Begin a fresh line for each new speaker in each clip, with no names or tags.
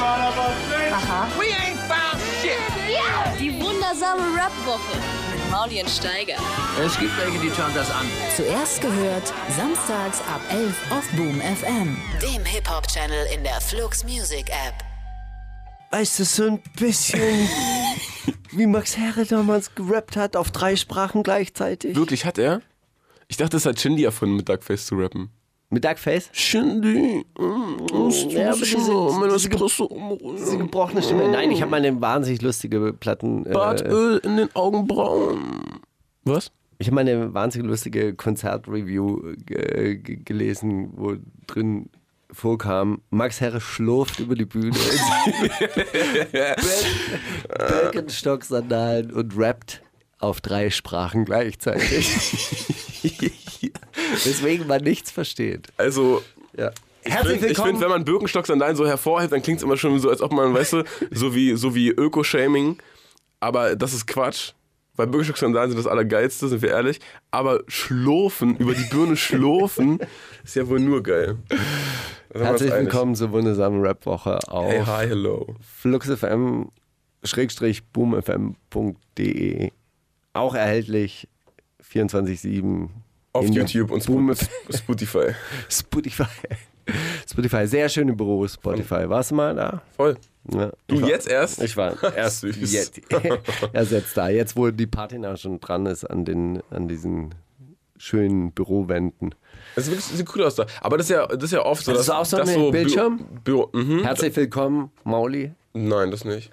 Aha.
Die wundersame Rap-Woche mit Mauli und Steiger.
Es gibt welche, die schauen das an.
Zuerst gehört, samstags ab 11 auf Boom FM.
dem Hip-Hop-Channel in der Flux Music App.
weißt du, so ein bisschen wie Max Herre damals gerappt hat, auf drei Sprachen gleichzeitig.
Wirklich, hat er? Ich dachte, das hat Shindy erfunden, mit Duckface zu rappen.
Mit Duckface?
Shindy.
Ja, aber diese, diese, ge diese gebrochene Stimme. Nein, ich habe mal eine wahnsinnig lustige Platten. Äh,
Bartöl in den Augenbrauen. Was?
ich habe mal eine wahnsinnig lustige Konzertreview äh, ge- gelesen, wo drin vorkam, Max Herre schlurft über die Bühne. Birkenstock-Sandalen und rappt auf drei Sprachen gleichzeitig. Deswegen man nichts versteht.
Also,
Ja.
ich
Herzlich
finde,
willkommen.
find, wenn man Birkenstocks allein so hervorhebt, dann klingt es immer schon so, als ob man, weißt du, so wie, so wie Öko-Shaming. Aber das ist Quatsch. Weil Birkenstock-Sandalen sind das Allergeilste, sind wir ehrlich. Aber schlurfen, über die Birne schlurfen, ist ja wohl nur geil. Da sind wir uns
Herzlich
einig.
willkommen zur wundersamen Rap-Woche auf
Hey, hi, hello.
fluxfm boomfm.de. Auch erhältlich 24-7
Auf
in der
YouTube und Spo-
Boom
Spotify.
Spotify. Spotify, sehr schön im Büro, Spotify. Warst du mal da?
Voll.
Ja,
Du
ich war-
jetzt erst?
Ich war erst
Süß.
jetzt. erst jetzt da. Jetzt, wo die Patina schon dran ist an, den, an diesen schönen Bürowänden.
Das ist wirklich, sieht cool aus da. Aber das ist ja, das ist ja oft so,
Hast
dass
du auch so
dass
einen Bildschirm?
Büro, Büro, mhm.
Herzlich willkommen, Mauli.
Nein, das nicht.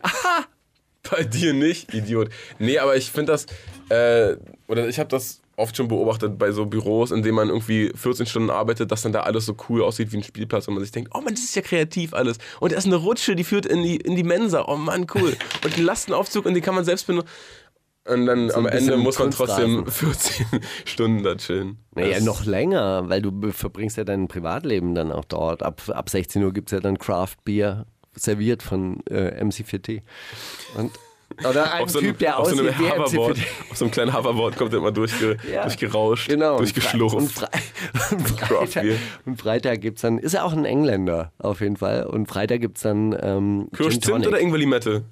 Bei dir nicht, Idiot. Nee, aber ich finde das, äh, oder ich habe das oft schon beobachtet bei so Büros, in denen man irgendwie 14 Stunden arbeitet, dass dann da alles so cool aussieht wie ein Spielplatz und man sich denkt, oh man, das ist ja kreativ alles. Und da ist eine Rutsche, die führt in die, in die Mensa. Oh Mann, cool. Und einen Lastenaufzug und den kann man selbst benutzen. Und dann am
ein
Ende
bisschen
muss man
Kunstrasen.
trotzdem 14 Stunden da chillen.
Naja,
Das-
noch länger, weil du be- verbringst ja dein Privatleben dann auch dort. Ab, ab 16 Uhr gibt es ja dann Craft Beer, serviert von äh, MC4T. Und, oder ein
auf so einem,
Typ, der
auf so
aussieht
einem
wie
Hoverboard,
MC4T.
auf so einem kleinen Hoverboard kommt er immer durchge,
Ja.
durchgerauscht,
Genau. und
durchgeschlurft.
Fre- Und, Fre und
Craft
Freitag,
Beer.
und Freitag gibt es dann, ist er auch ein Engländer auf jeden Fall. Und Freitag gibt es dann ähm, Gin
Kirschzimt
Tonic.
oder Ingwer-Limette?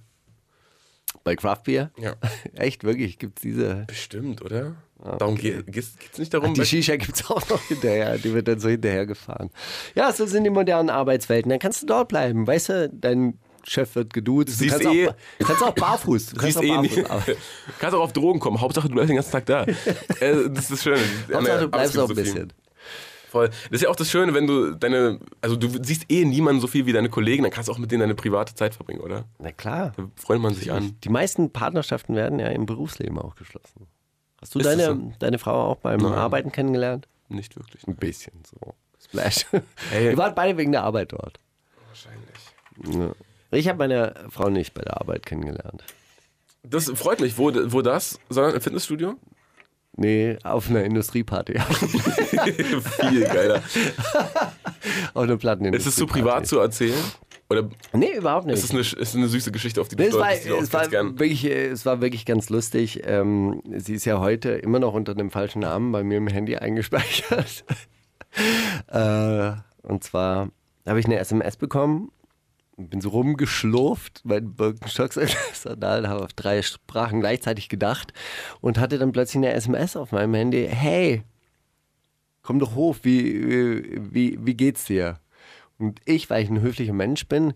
bei Craft Beer.
Ja.
Echt, wirklich, gibt es diese.
Bestimmt, oder? Darum geht es nicht darum,
Ah, Die
bei-
Shisha gibt es auch noch hinterher, die wird dann so hinterhergefahren. Ja, so sind die modernen Arbeitswelten. Dann kannst du dort bleiben, weißt du, dein Chef wird geduzt. Du
Siehst
kannst,
eh-
auch, du kannst auch barfuß. Du kannst
siehst
auch
eh
barfuß
nicht.
arbeiten.
Kannst auch auf Drogen kommen. Hauptsache, du bleibst den ganzen Tag da. äh, das ist das Schöne. an der
Hauptsache, du bleibst auch ein
Arbeitsphilosophie.
bisschen.
Voll. Das ist ja auch das Schöne, wenn du deine, also du siehst eh niemanden so viel wie deine Kollegen, dann kannst du auch mit denen deine private Zeit verbringen, oder?
Na klar.
Da freut man sich an.
Die meisten Partnerschaften werden ja im Berufsleben auch geschlossen. Hast du
Ist das
deine,
so?
deine Frau auch beim Arbeiten kennengelernt?
Nicht wirklich.
Ein bisschen so. Splash.
Ey.
Wir waren beide wegen der Arbeit dort.
Wahrscheinlich.
Ja. Ich habe meine Frau nicht bei der Arbeit kennengelernt.
Das freut mich. Wo, wo das? Sondern im Fitnessstudio?
Nee, auf einer Industrieparty. auf
viel geiler.
einer Plattenindustrie.
Ist es zu privat zu erzählen? Oder
Nee, überhaupt nicht.
ist es eine, ist eine süße Geschichte, auf die du
Nee, es, war,
stolz
es,
bist?
war wirklich, äh, es war wirklich ganz lustig. Ähm, sie ist ja heute immer noch unter dem falschen Namen bei mir im Handy eingespeichert. äh, und zwar habe ich eine SMS bekommen, bin so rumgeschlurft, mein Birkenstocks-Sandal, habe auf drei Sprachen gleichzeitig gedacht und hatte dann plötzlich eine SMS auf meinem Handy. Hey, komm doch hoch, wie, wie, wie geht's dir? Und ich, weil ich ein höflicher Mensch bin,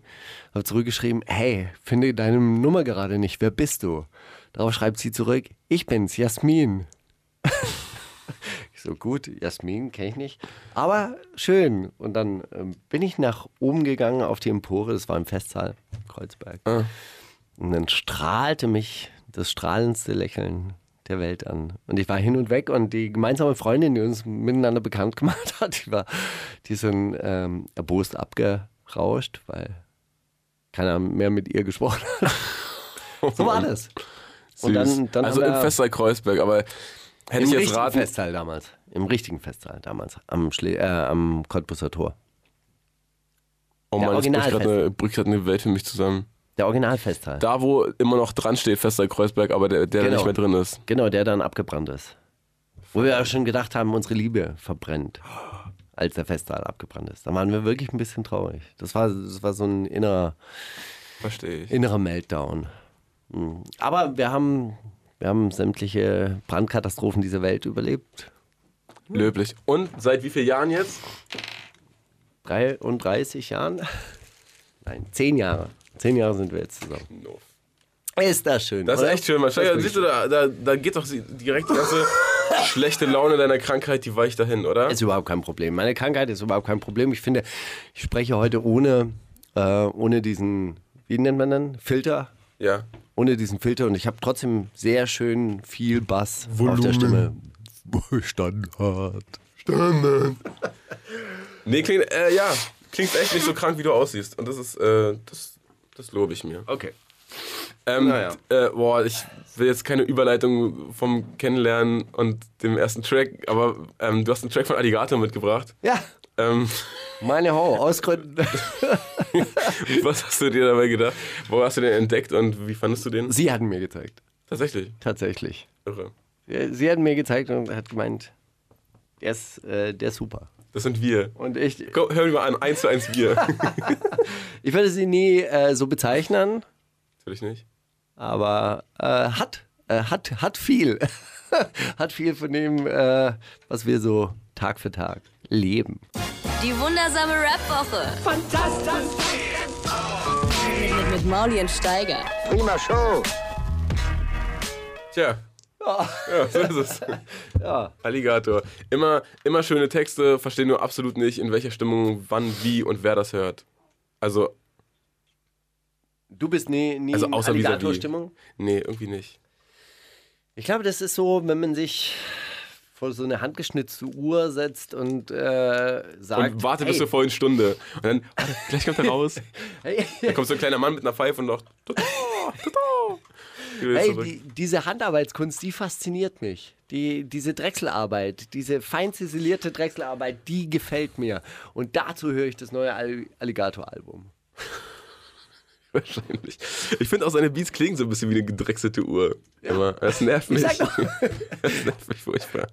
habe zurückgeschrieben, hey, finde deine Nummer gerade nicht, wer bist du? Darauf schreibt sie zurück, ich bin's, Jasmin. ich so, gut, Jasmin kenne ich nicht, aber schön. Und dann ähm, bin ich nach oben gegangen auf die Empore, das war im Festsaal, Kreuzberg. Und dann strahlte mich das strahlendste Lächeln der Welt an. Und ich war hin und weg und die gemeinsame Freundin, die uns miteinander bekannt gemacht hat, die war, die ist dann ähm, erbost abgerauscht, weil keiner mehr mit ihr gesprochen hat. So war das. Und dann, dann
also
haben
im
wir-
Festsaal Kreuzberg, aber hätte
im
ich jetzt
richtigen
raten.
Festsaal damals. Im richtigen Festsaal damals. Am, Schle äh, am Cottbusser Tor.
Oh
Der
Mann, jetzt bricht gerade
Originalfest.
eine, bricht grad eine Welt für mich zusammen.
Der Originalfestsaal.
Da, wo immer noch dran steht, Festsaal Kreuzberg, aber der, der
Genau.
nicht mehr drin ist.
Genau, der dann abgebrannt ist. Wo wir auch schon gedacht haben, unsere Liebe verbrennt. als der Festsaal abgebrannt ist. Da waren wir wirklich ein bisschen traurig. Das war, das war so ein innerer,
Verstehe ich.
innerer Meltdown. Mhm. Aber wir haben, wir haben sämtliche Brandkatastrophen dieser Welt überlebt.
Löblich. Und seit wie vielen Jahren jetzt?
33 Jahren? Nein, 10 Jahre. 10 Jahre sind wir jetzt zusammen. Ist das schön.
Das ist
oder?
echt schön, man.
Das ist
Ja, siehst du, da, da, da geht doch direkt die ganze schlechte Laune deiner Krankheit, die weicht dahin, oder?
Ist überhaupt kein Problem. Meine Krankheit ist überhaupt kein Problem. Ich finde, ich spreche heute ohne, äh, ohne diesen, wie nennt man den? Filter.
Ja.
Ohne diesen Filter und ich habe trotzdem sehr schön viel Bass auf der
Volumen.
Stimme. Standard.
Nee, klingt, äh, ja, klingt echt nicht so krank, wie du aussiehst. Und das ist, äh, das, das lobe ich mir.
Okay.
Ähm,
Naja.
äh, boah, ich will jetzt keine Überleitung vom Kennenlernen und dem ersten Track, aber ähm, du hast einen Track von Alligator mitgebracht.
Ja,
Ähm,
meine Ho, aus Gründen.
was hast du dir dabei gedacht? Wo hast du den entdeckt und wie fandest du den?
Sie hatten mir gezeigt.
Tatsächlich.
Tatsächlich.
Irre.
Sie hatten mir gezeigt und hat gemeint, der ist, äh, der ist super.
Das sind wir.
Und ich,
Komm, hör mir mal an, eins zu eins wir.
ich würde sie nie äh, so bezeichnen,
Natürlich nicht.
aber äh, hat, äh, hat, hat viel. hat viel von dem, äh, was wir so Tag für Tag leben.
Die wundersame Rap-Woche. Fantastisch. Mit, mit Mauli und Steiger.
Tja.
Ah.
Ja, so ist es. Alligator. Immer, immer schöne Texte, verstehen nur absolut nicht, in welcher Stimmung, wann, wie und wer das hört. Also,
Du bist nie, nie
Also
in
außer vis-à-vis.
Hm, Alligator-Stimmung?
nee, irgendwie nicht.
Ich glaube, das ist so, wenn man sich vor so eine handgeschnitzte Uhr setzt und äh, sagt,
Und warte bis
hey,
zur vollen Stunde. Und dann, warte, gleich kommt er raus.
hey,
Da kommt so ein kleiner Mann mit einer Pfeife und doch. Tuto, tuto. Die will
Ey,
zurück.
die, diese Handarbeitskunst, die fasziniert mich. Die, diese Drechselarbeit, diese fein ziselierte Drechselarbeit, die gefällt mir. Und dazu höre ich das neue All Alligator-Album.
Wahrscheinlich. Ich finde auch seine Beats klingen so ein bisschen wie eine gedrechselte Uhr. Immer. Das nervt mich.
sag doch.
Das nervt mich furchtbar.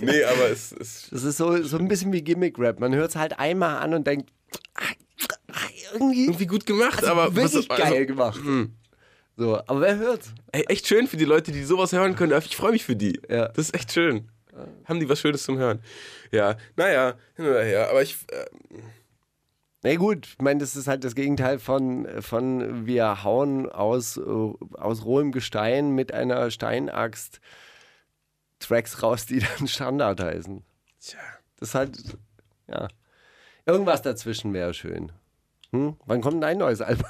Nee, aber es ist.
Das ist so, so ein bisschen wie Gimmick-Rap. Man hört es halt einmal an und denkt, ah, ah, irgendwie,
Irgendwie gut gemacht,
also
aber was-
wirklich
also-
geil gemacht. So, aber wer hört's?
Ey, echt schön für die Leute, die sowas hören können. Ich freue mich für die.
Ja.
Das ist echt schön. Haben die was Schönes zum Hören? Ja, naja, hin oder her. Aber ich. Äh,
Na gut, ich meine, das ist halt das Gegenteil von, von wir hauen aus, äh, aus rohem Gestein mit einer Steinaxt Tracks raus, die dann Standard heißen.
tja.
Das ist halt, ja. Irgendwas dazwischen wäre schön. Hm? Wann kommt denn ein neues Album?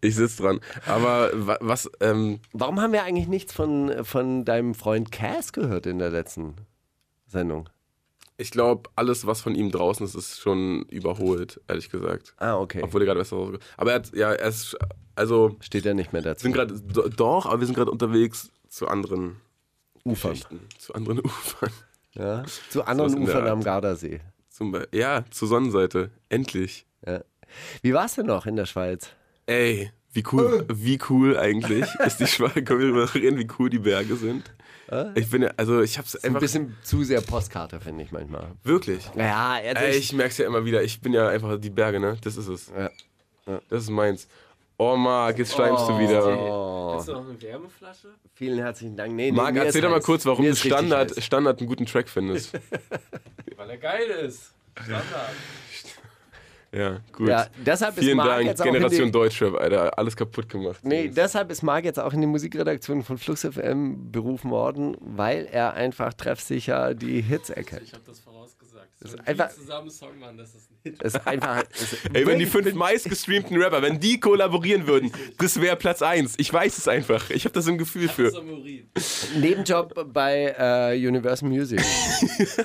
Ich sitze dran. Aber wa- was. Ähm,
Warum haben wir eigentlich nichts von, von deinem Freund Cass gehört in der letzten Sendung?
ich glaube, alles, was von ihm draußen ist, ist schon überholt, ehrlich gesagt.
Ah, okay.
Obwohl er gerade besser rausgekommen Aber er hat. Ja, er ist. Also.
Steht ja nicht mehr dazu.
sind gerade do- doch, aber wir sind gerade unterwegs zu anderen
Ufern.
Geschichten, zu anderen Ufern.
Ja? Zu anderen
Sowas in der
Ufern
Art.
am Gardasee.
Zum Be ja, zur Sonnenseite, endlich.
Wie war es denn noch in der Schweiz?
Ey, wie cool,
Äh.
wie cool eigentlich ist die Schweiz. Können wir darüber reden, wie cool die Berge sind? Ich bin ja, also ich hab's
Ah. Ein
einfach
bisschen zu sehr Postkarte, finde ich manchmal.
wirklich.
Ja, also
Ey,
ehrlich.
ich merk's ja immer wieder. Ich bin ja einfach die Berge, ne? Das ist es.
Ja.
Das ist meins. Oh Marc, jetzt schleimst du wieder.
Hast du noch eine Wärmeflasche?
Vielen herzlichen Dank. Nee, nee,
Marc,
mir
erzähl
ist
doch mal
heiß.
kurz, warum
Mir
du
ist richtig
Standard,
heiß.
Standard einen guten Track findest.
Weil er geil ist. Standard.
Ja, gut.
Ja, deshalb ist
Vielen
Marc
Dank,
jetzt auch in
Generation
die-
Deutschrap, Alter. Alles kaputt gemacht.
Nee, deshalb ist Marc jetzt auch in die Musikredaktion von Flux FM berufen worden, weil er einfach treffsicher die Hits erkennt.
Ich habe das vorausgesagt. Das
ist
ist
einfach-
einfach zusammen Song machen, das ist ein Hit.
Es ist einfach. es ist
Also, Ey, wenn die fünf meistgestreamten Rapper, wenn die kollaborieren würden, das wäre Platz 1. Ich weiß es einfach. Ich habe das im Gefühl für.
Samurin.
Nebenjob bei äh, Universal Music.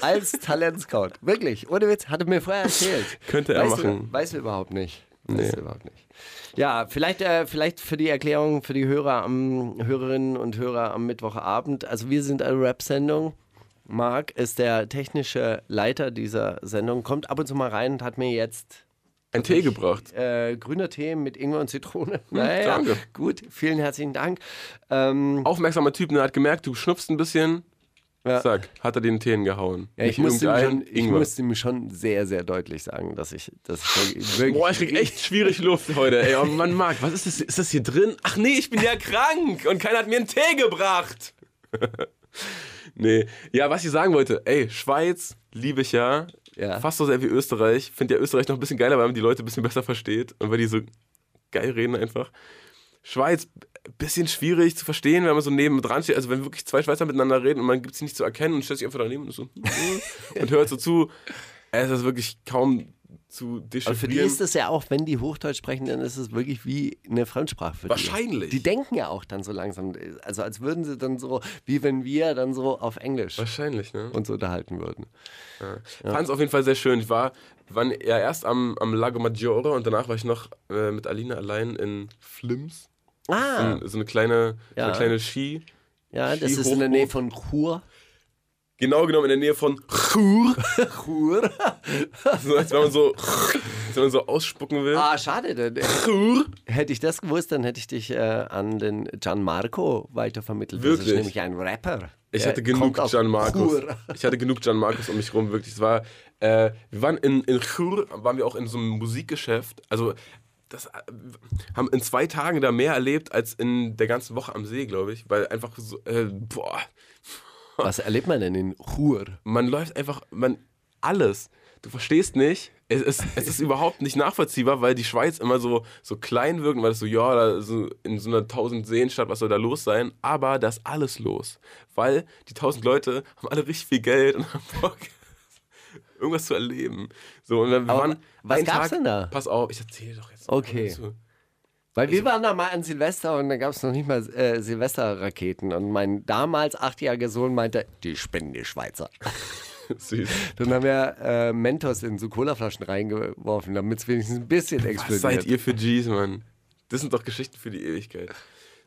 Als Talentscout. Wirklich, ohne Witz, hatte mir vorher erzählt.
Könnte er
weißt
machen.
Du, weißt du überhaupt nicht. Weißt du überhaupt nicht. Ja, vielleicht, äh, vielleicht für die Erklärung für die Hörer am, Hörerinnen und Hörer am Mittwochabend. Also wir sind eine Rap-Sendung. Marc ist der technische Leiter dieser Sendung, kommt ab und zu mal rein und hat mir jetzt
Ein Tee gebracht.
äh, grüner Tee mit Ingwer und Zitrone. Naja,
Hm, danke.
gut, vielen herzlichen Dank. Ähm,
Aufmerksamer Typ, ne, hat gemerkt, du schnupfst ein bisschen.
Ja.
Zack, hat er den Tee gehauen.
Ja, ich, musste ihm schon, ich
Ingwer.
musste ihm schon sehr, sehr deutlich sagen, dass ich, dass ich wirklich.
Boah, ich krieg echt schwierig Luft heute. Ey, oh Mann, Marc, was ist das? Ist das hier drin? Ach nee, ich bin ja krank und keiner hat mir einen Tee gebracht. nee. Ja, was ich sagen wollte, ey, Schweiz liebe ich ja.
Ja.
Fast so sehr wie Österreich. Finde ja Österreich noch ein bisschen geiler, weil man die Leute ein bisschen besser versteht und weil die so geil reden einfach. Schweiz, bisschen schwierig zu verstehen, wenn man so neben dran steht. Also wenn wirklich zwei Schweizer miteinander reden und man gibt sich nicht zu erkennen und stellt sich einfach daneben und so und hört so zu. Es ist wirklich kaum zu
Und
dechiffrieren.
für die ist es ja auch, wenn die Hochdeutsch sprechen, dann ist es wirklich wie eine Fremdsprache für
Wahrscheinlich.
die. Die denken ja auch dann so langsam, also als würden sie dann so, wie wenn wir dann so auf Englisch
Wahrscheinlich, ne?
uns unterhalten würden.
Fand es auf jeden Fall sehr schön. Ich war, waren ja erst am, am Lago Maggiore und danach war ich noch äh, mit Alina allein in Flims.
Ah,
So eine kleine, so
Ja.
eine kleine Ski.
ja, das ist in der Nähe von Chur.
Genau genommen in der Nähe von Chur.
Chur?
So, als wenn man so, als wenn man so ausspucken will.
Ah, schade. Dann,
Chur.
hätte ich das gewusst, dann hätte ich dich äh, an den Gianmarco weitervermittelt. Das
Wirklich?
ist nämlich ein Rapper.
Ich
Der
hatte
kommt
genug
aus
Gian Markus.
Chur.
Ich hatte genug Gian Markus um mich rum, wirklich. Es war, äh, wir waren in, in Chur, waren wir auch in so einem Musikgeschäft. Also, das äh, haben in zwei Tagen da mehr erlebt als in der ganzen Woche am See, glaube ich. Weil einfach so, äh, boah,
Was erlebt man denn in Chur?
man läuft einfach, man, alles. Du verstehst nicht. Es ist, es ist überhaupt nicht nachvollziehbar, weil die Schweiz immer so, so klein wirken, weil es so, ja, da, so in so einer 1000 Seenstadt, was soll da los sein? Aber da ist alles los. Weil die 1000 Leute haben alle richtig viel Geld und haben Bock, irgendwas zu erleben. So, und dann wir
Aber
waren
was
einen
gab's
Tag-
denn da?
Pass auf, ich erzähle doch jetzt.
Okay.
Zu.
Weil
Also
wir waren da mal an Silvester und da gab es noch nicht mal äh, Silvesterraketen. Und mein damals achtjähriger Sohn meinte, die spinnen die Schweizer.
Süß.
Dann haben wir äh, Mentos in so Colaflaschen reingeworfen, damit es wenigstens ein bisschen
Was
explodiert.
seid ihr für G's, Mann? Das sind doch Geschichten für die Ewigkeit.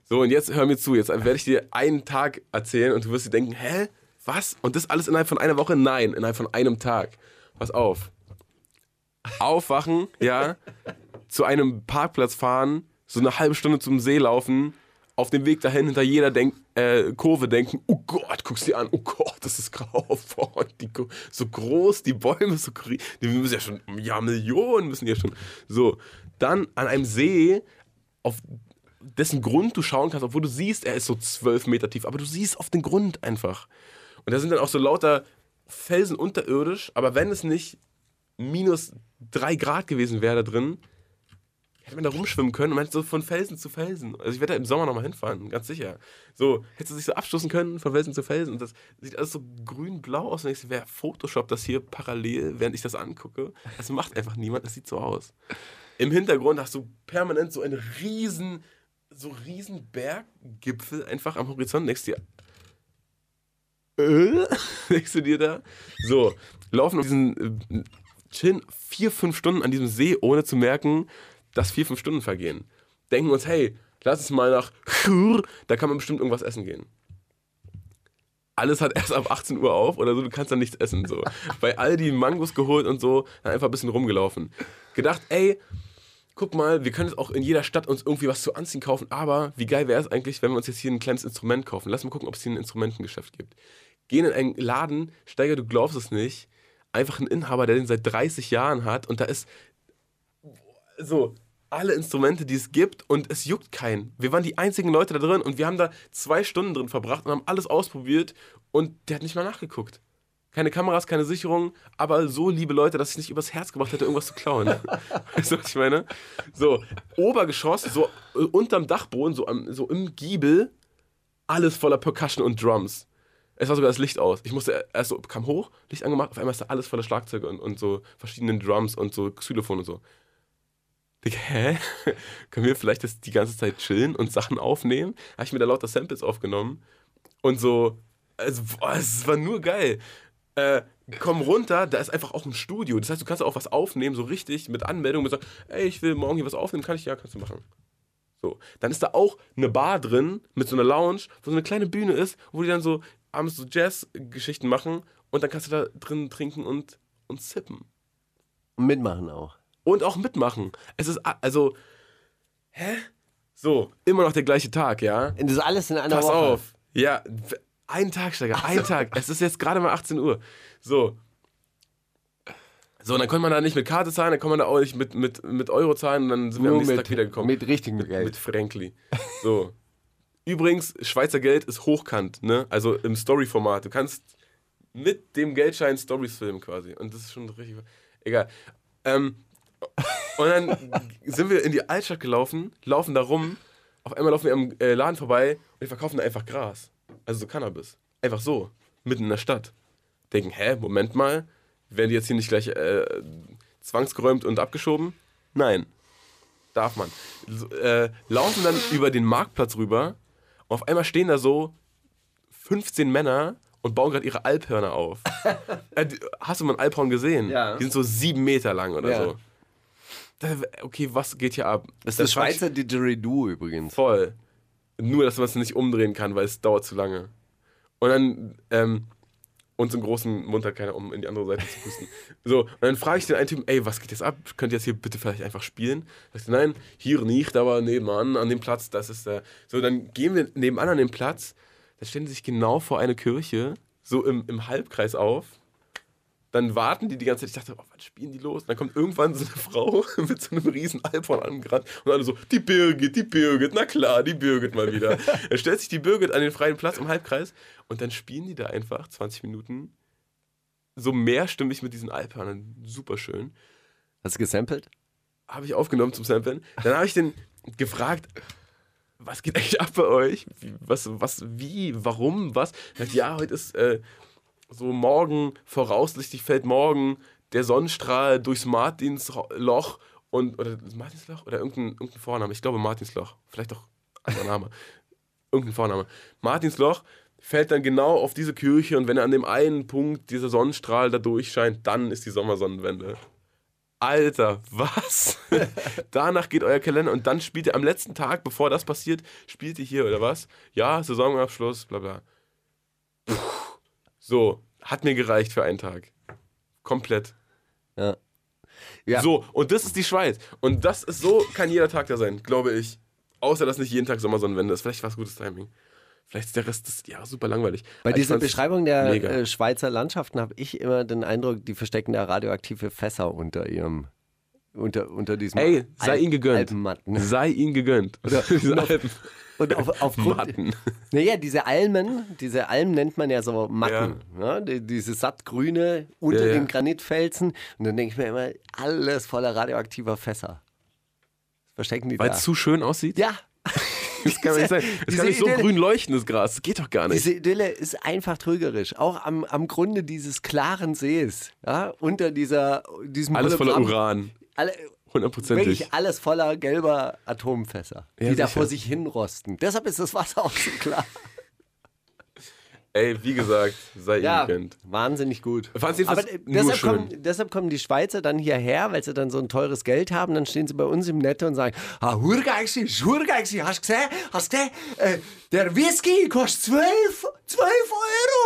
So, und jetzt hör mir zu. Jetzt werde ich dir einen Tag erzählen und du wirst dir denken, hä? Was? Und das alles innerhalb von einer Woche? Nein, innerhalb von einem Tag. Pass auf. Aufwachen, ja, zu einem Parkplatz fahren, so eine halbe Stunde zum See laufen, auf dem Weg dahin hinter jeder Denk äh, Kurve denken, oh Gott, guckst dir an, oh Gott, das ist grau, boah, die, Ku- so groß, die Bäume, so grie- die müssen ja schon, ja, Millionen müssen ja schon, so. Dann an einem See, auf dessen Grund du schauen kannst, obwohl du siehst, er ist so zwölf Meter tief, aber du siehst auf den Grund einfach. Und da sind dann auch so lauter Felsen unterirdisch, aber wenn es nicht minus drei Grad gewesen wäre da drin, hätte man da rumschwimmen können und man hätte so von Felsen zu Felsen. Also ich werde da im Sommer nochmal hinfahren, ganz sicher. So, hättest du sich so abstoßen können von Felsen zu Felsen und das sieht alles so grün-blau aus und ich wäre Photoshop das hier parallel, während ich das angucke. Das macht einfach niemand, das sieht so aus. Im Hintergrund hast du permanent so einen riesen, so riesen Berggipfel einfach am Horizont denkst dir. Äh? denkst du dir da? So, laufen auf diesen äh, chillen vier, fünf Stunden an diesem See, ohne zu merken, dass vier, fünf Stunden vergehen. Denken uns, hey, lass uns mal nach Chur, da kann man bestimmt irgendwas essen gehen. Alles hat erst ab 18 Uhr auf oder so, du kannst dann nichts essen. So. Bei Aldi Mangos geholt und so, dann einfach ein bisschen rumgelaufen. Gedacht, ey, guck mal, wir können jetzt auch in jeder Stadt uns irgendwie was zu anziehen kaufen, aber wie geil wäre es eigentlich, wenn wir uns jetzt hier ein kleines Instrument kaufen? Lass mal gucken, ob es hier ein Instrumentengeschäft gibt. Gehen in einen Laden, Steiger, du glaubst es nicht, einfach ein Inhaber, der den seit 30 Jahren hat und da ist so alle Instrumente, die es gibt und es juckt keinen. Wir waren die einzigen Leute da drin und wir haben da zwei Stunden drin verbracht und haben alles ausprobiert und der hat nicht mal nachgeguckt. Keine Kameras, keine Sicherung, aber so liebe Leute, dass ich nicht übers Herz gebracht hätte, irgendwas zu klauen. weißt du, was ich meine? So, Obergeschoss, so äh, unterm Dachboden, so, am, so im Giebel, alles voller Percussion und Drums. Es war sogar das Licht aus. Ich musste äh, erst so, kam hoch, Licht angemacht, auf einmal ist da alles voller Schlagzeuge und, und so verschiedenen Drums und so Xylophon und so. Digga, hä? Können wir vielleicht das die ganze Zeit chillen und Sachen aufnehmen? Habe ich mir da lauter Samples aufgenommen und so, also, boah, es war nur geil. Äh, komm runter, da ist einfach auch ein Studio. Das heißt, du kannst auch was aufnehmen, so richtig mit Anmeldung, mit sagen, ey, ich will morgen hier was aufnehmen, kann ich? Ja, kannst du machen. So, dann ist da auch eine Bar drin mit so einer Lounge, wo so eine kleine Bühne ist, wo die dann so abends so Jazz-Geschichten machen und dann kannst du da drin trinken und, und sippen
Und mitmachen auch.
und auch mitmachen. Es ist a- also hä? So, immer noch der gleiche Tag, ja?
Und Das ist alles in einer
Pass
Woche.
auf. Ja, w- Einen Tag, Steiger, einen Tag. Es ist jetzt gerade mal 18 Uhr. So. So, und dann konnte man da nicht mit Karte zahlen, dann konnte man da auch nicht mit, mit, mit Euro zahlen und dann sind wir am nächsten Tag wiedergekommen.
mit richtigem Geld.
Mit Frankly. So. Übrigens, Schweizer Geld ist hochkant, ne? Also im Story-Format. Du kannst mit dem Geldschein Stories filmen quasi. Und das ist schon richtig. Egal. Ähm, und dann sind wir in die Altstadt gelaufen, laufen da rum. Auf einmal laufen wir am äh, Laden vorbei und die verkaufen da einfach Gras. Also so Cannabis. Einfach so. Mitten in der Stadt. Denken, hä, Moment mal. Werden die jetzt hier nicht gleich äh, zwangsgeräumt und abgeschoben? Nein. Darf man. So, äh, laufen dann über den Marktplatz rüber und auf einmal stehen da so 15 Männer und bauen gerade ihre Alphörner auf. äh, die- hast du mal einen Alphorn gesehen?
Ja.
Die sind so sieben Meter lang oder
Ja.
so. Da- Okay, was geht hier ab?
Das ist ein Schweizer Didgeridoo übrigens.
Voll. Nur, dass man es nicht umdrehen kann, weil es dauert zu lange. Und dann ähm, uns im großen Mund hat keiner, um in die andere Seite zu pusten. So, und dann frage ich den einen Typen, ey, was geht jetzt ab? Könnt ihr jetzt hier bitte vielleicht einfach spielen? Sagt er, nein, hier nicht, aber nebenan an dem Platz, das ist der. So, dann gehen wir nebenan an den Platz, da stellen sie sich genau vor eine Kirche, so im, im Halbkreis auf. Dann warten die die ganze Zeit. Ich dachte, oh, was spielen die los? Und dann kommt irgendwann so eine Frau mit so einem riesen Alphorn angerannt und alle so, die Birgit, die Birgit, na klar, die Birgit mal wieder. dann stellt sich die Birgit an den freien Platz im Halbkreis und dann spielen die da einfach 20 Minuten so mehrstimmig mit diesen Alphörnern. Super schön.
Hast du gesampelt?
Habe ich aufgenommen zum Samplen. Dann habe ich den gefragt, was geht eigentlich ab bei euch? Wie- Was, was, wie, warum, was? Er sagt, ja, heute ist äh, so morgen, voraussichtlich fällt morgen der Sonnenstrahl durchs Martinsloch und, oder das Martinsloch? Oder irgendein, irgendein Vorname. Ich glaube Martinsloch. Vielleicht auch anderer Name. irgendein Vorname. Martinsloch fällt dann genau auf diese Kirche und wenn an dem einen Punkt dieser Sonnenstrahl da durchscheint, dann ist die Sommersonnenwende. Alter, was? Danach geht euer Kalender und dann spielt ihr am letzten Tag, bevor das passiert, spielt ihr hier oder was? Ja, Saisonabschluss, bla bla. Puh. So, hat mir gereicht für einen Tag. Komplett.
Ja. Ja.
So, und das ist die Schweiz. Und das ist so, kann jeder Tag da sein, glaube ich. Außer, dass nicht jeden Tag Sommersonnenwende ist. Vielleicht war es gutes Timing. Vielleicht ist der Rest des Jahres super langweilig.
Bei
Ich
dieser
fand's
Beschreibung der
mega.
äh, Schweizer Landschaften habe ich immer den Eindruck, die verstecken da radioaktive Fässer unter ihrem, unter, unter diesem
Ey, sei
Al-
ihnen gegönnt.
Alpenmatten.
Sei ihnen gegönnt. Oder diese Alpen.
Und auf, aufgrund,
Matten.
Naja, diese Almen, diese Almen nennt man ja so Matten. Ne? Die, diese sattgrüne unter
Ja, ja.
den Granitfelsen. Und dann denke ich mir immer, alles voller radioaktiver Fässer. Das verstecken die
Weil
da.
es zu schön aussieht?
ja,
Das kann doch nicht sein. Es
diese
kann nicht so
Idylle-
grün leuchten, das Gras. Das geht doch gar nicht.
diese Idylle ist einfach trügerisch. Auch am, am Grunde dieses klaren sees. Ja? Unter dieser, diesem
Alles voller
Boulevard-
Uran.
Alle,
Hundertprozentig.
wirklich alles voller gelber Atomfässer, die
Ja,
da
sicher.
vor sich hinrosten. Deshalb ist das Wasser auch so klar.
Ey, wie gesagt, sei
Ja,
ihnen gegönnt.
wahnsinnig gut.
Fand's jedenfalls
Aber äh,
nur
deshalb,
schön.
kommen, deshalb kommen die Schweizer dann hierher, weil sie dann so ein teures Geld haben. Dann stehen sie bei uns im Netto und sagen: Ah, Hurgeigsi, Hurgeigsi, hast du gesehen? Hast du gesehen? Äh, der Whisky kostet 12, 12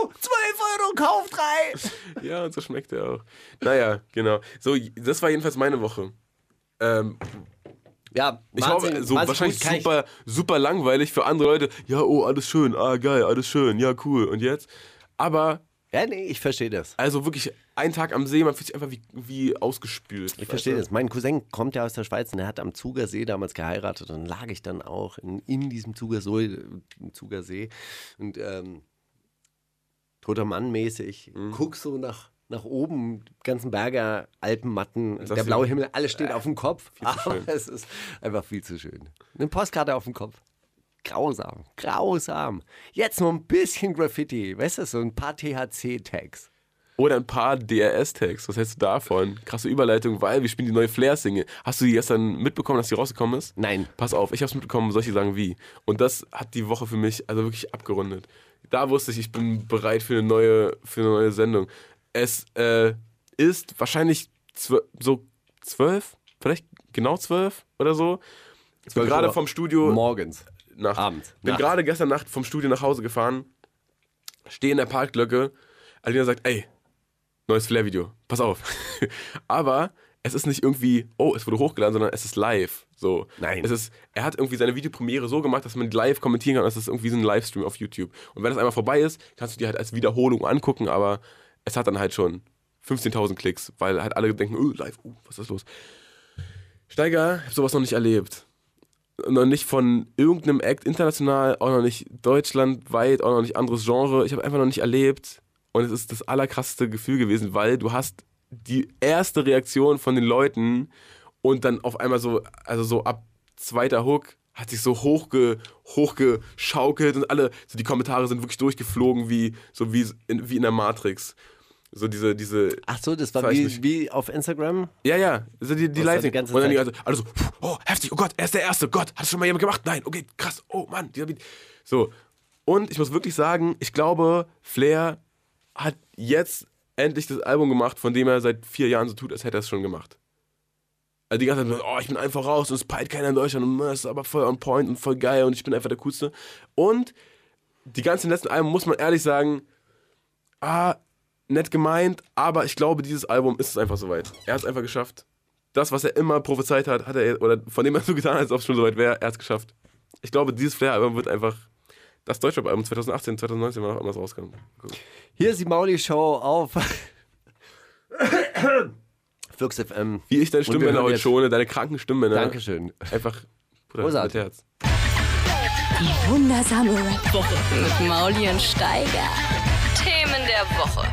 Euro, 12 Euro, kauf drei.
Ja, und so schmeckt er auch. Naja, genau. So, das war jedenfalls meine Woche. Ähm,
Ja,
ich
wahnsinnig-
hoffe, so
wahnsinnig
wahrscheinlich
gut, kann ich-
super, super langweilig für andere Leute. Ja, oh, alles schön, ah, geil, alles schön, ja, cool. Und jetzt? Aber,
Ja, nee, ich verstehe das.
also wirklich, ein Tag am See, man fühlt sich einfach wie, wie ausgespült.
Ich verstehe das. Mein Cousin kommt ja aus der Schweiz und er hat am Zugersee damals geheiratet und lag ich dann auch in, in diesem Zugersee, äh, Zugersee und ähm, toter Mann mäßig,
Mhm.
guck so nach, nach oben, die ganzen Berge, Alpenmatten,
Das
der
ist
blaue
ja-
Himmel, alles steht auf dem Kopf, aber
schön.
es ist einfach viel zu schön. Eine Postkarte auf dem Kopf. Grausam, grausam. Jetzt noch ein bisschen Graffiti, weißt du, so ein paar THC-Tags.
Oder ein paar DRS-Tags. Was hältst du davon? Krasse Überleitung, weil wir spielen die neue Flair-Single. Hast du die gestern mitbekommen, dass die rausgekommen ist?
Nein.
Pass auf, ich hab's mitbekommen, soll ich dir sagen, wie? Und das hat die Woche für mich also wirklich abgerundet. Da wusste ich, ich bin bereit für eine neue, für eine neue Sendung. Es äh, ist wahrscheinlich zwö so zwölf, vielleicht genau zwölf oder so. Ich bin
Zwölf
gerade
Uhr
vom Studio.
Morgens.
Nacht.
Abend.
Bin
Nacht.
gerade gestern Nacht vom Studio nach Hause gefahren, stehe in der Parklücke. Alina sagt, ey, neues Flair-Video, pass auf. Aber es ist nicht irgendwie, oh, es wurde hochgeladen, sondern es ist live. So.
Nein.
Es ist, er hat irgendwie seine Videopremiere so gemacht, dass man live kommentieren kann. Das ist irgendwie so ein Livestream auf YouTube. Und wenn das einmal vorbei ist, kannst du dir halt als Wiederholung angucken, aber es hat dann halt schon 15.000 Klicks, weil halt alle denken, oh, live, oh, was ist los? Steiger, ich hab sowas noch nicht erlebt. Noch nicht von irgendeinem Act international, auch noch nicht deutschlandweit, auch noch nicht anderes Genre. Ich habe einfach noch nicht erlebt. Und es ist das allerkrasseste Gefühl gewesen, weil du hast die erste Reaktion von den Leuten und dann auf einmal so, also so ab zweiter Hook hat sich so hochge, hochgeschaukelt und alle, so die Kommentare sind wirklich durchgeflogen wie, so wie in, wie in der Matrix. So diese, diese,
Ach so, das war
Weiß
wie,
nicht.
wie auf Instagram?
ja, ja, also die, die
Das war die
Live.
ganze
und dann die
Zeit.
ganze, alle so, puh, oh, heftig, oh Gott, er ist der Erste, Gott, hat schon mal jemand gemacht? Nein, okay, krass, oh Mann, dieser Beat. So, und ich muss wirklich sagen, ich glaube, Flair hat jetzt endlich das Album gemacht, von dem er seit vier Jahren so tut, als hätte er es schon gemacht. Also die ganze Zeit, so, oh, ich bin einfach raus und es peilt keiner in Deutschland und das ist aber voll on point und voll geil und ich bin einfach der Coolste. Und die ganzen letzten Alben, muss man ehrlich sagen, ah, nett gemeint, aber ich glaube, dieses Album ist es einfach soweit. Er hat es einfach geschafft. Das, was er immer prophezeit hat, hat er, oder von dem er so getan hat, als ob es schon soweit wäre, er hat es geschafft. Ich glaube, dieses Flair-Album wird einfach das Deutschrap-Album 2018, 2019, wann auch immer es rauskam.
Hier ist die Mauli-Show auf Flux FM.
Wie ich deine
wir
Stimmbänder
hören
heute
jetzt-
schone, deine kranken Stimmbänder.
Dankeschön.
Einfach, Bruder,
Großartig.
mit Herz.
Die wundersame Rap-Woche.
Mit Mauli und Steiger. Themen der Woche.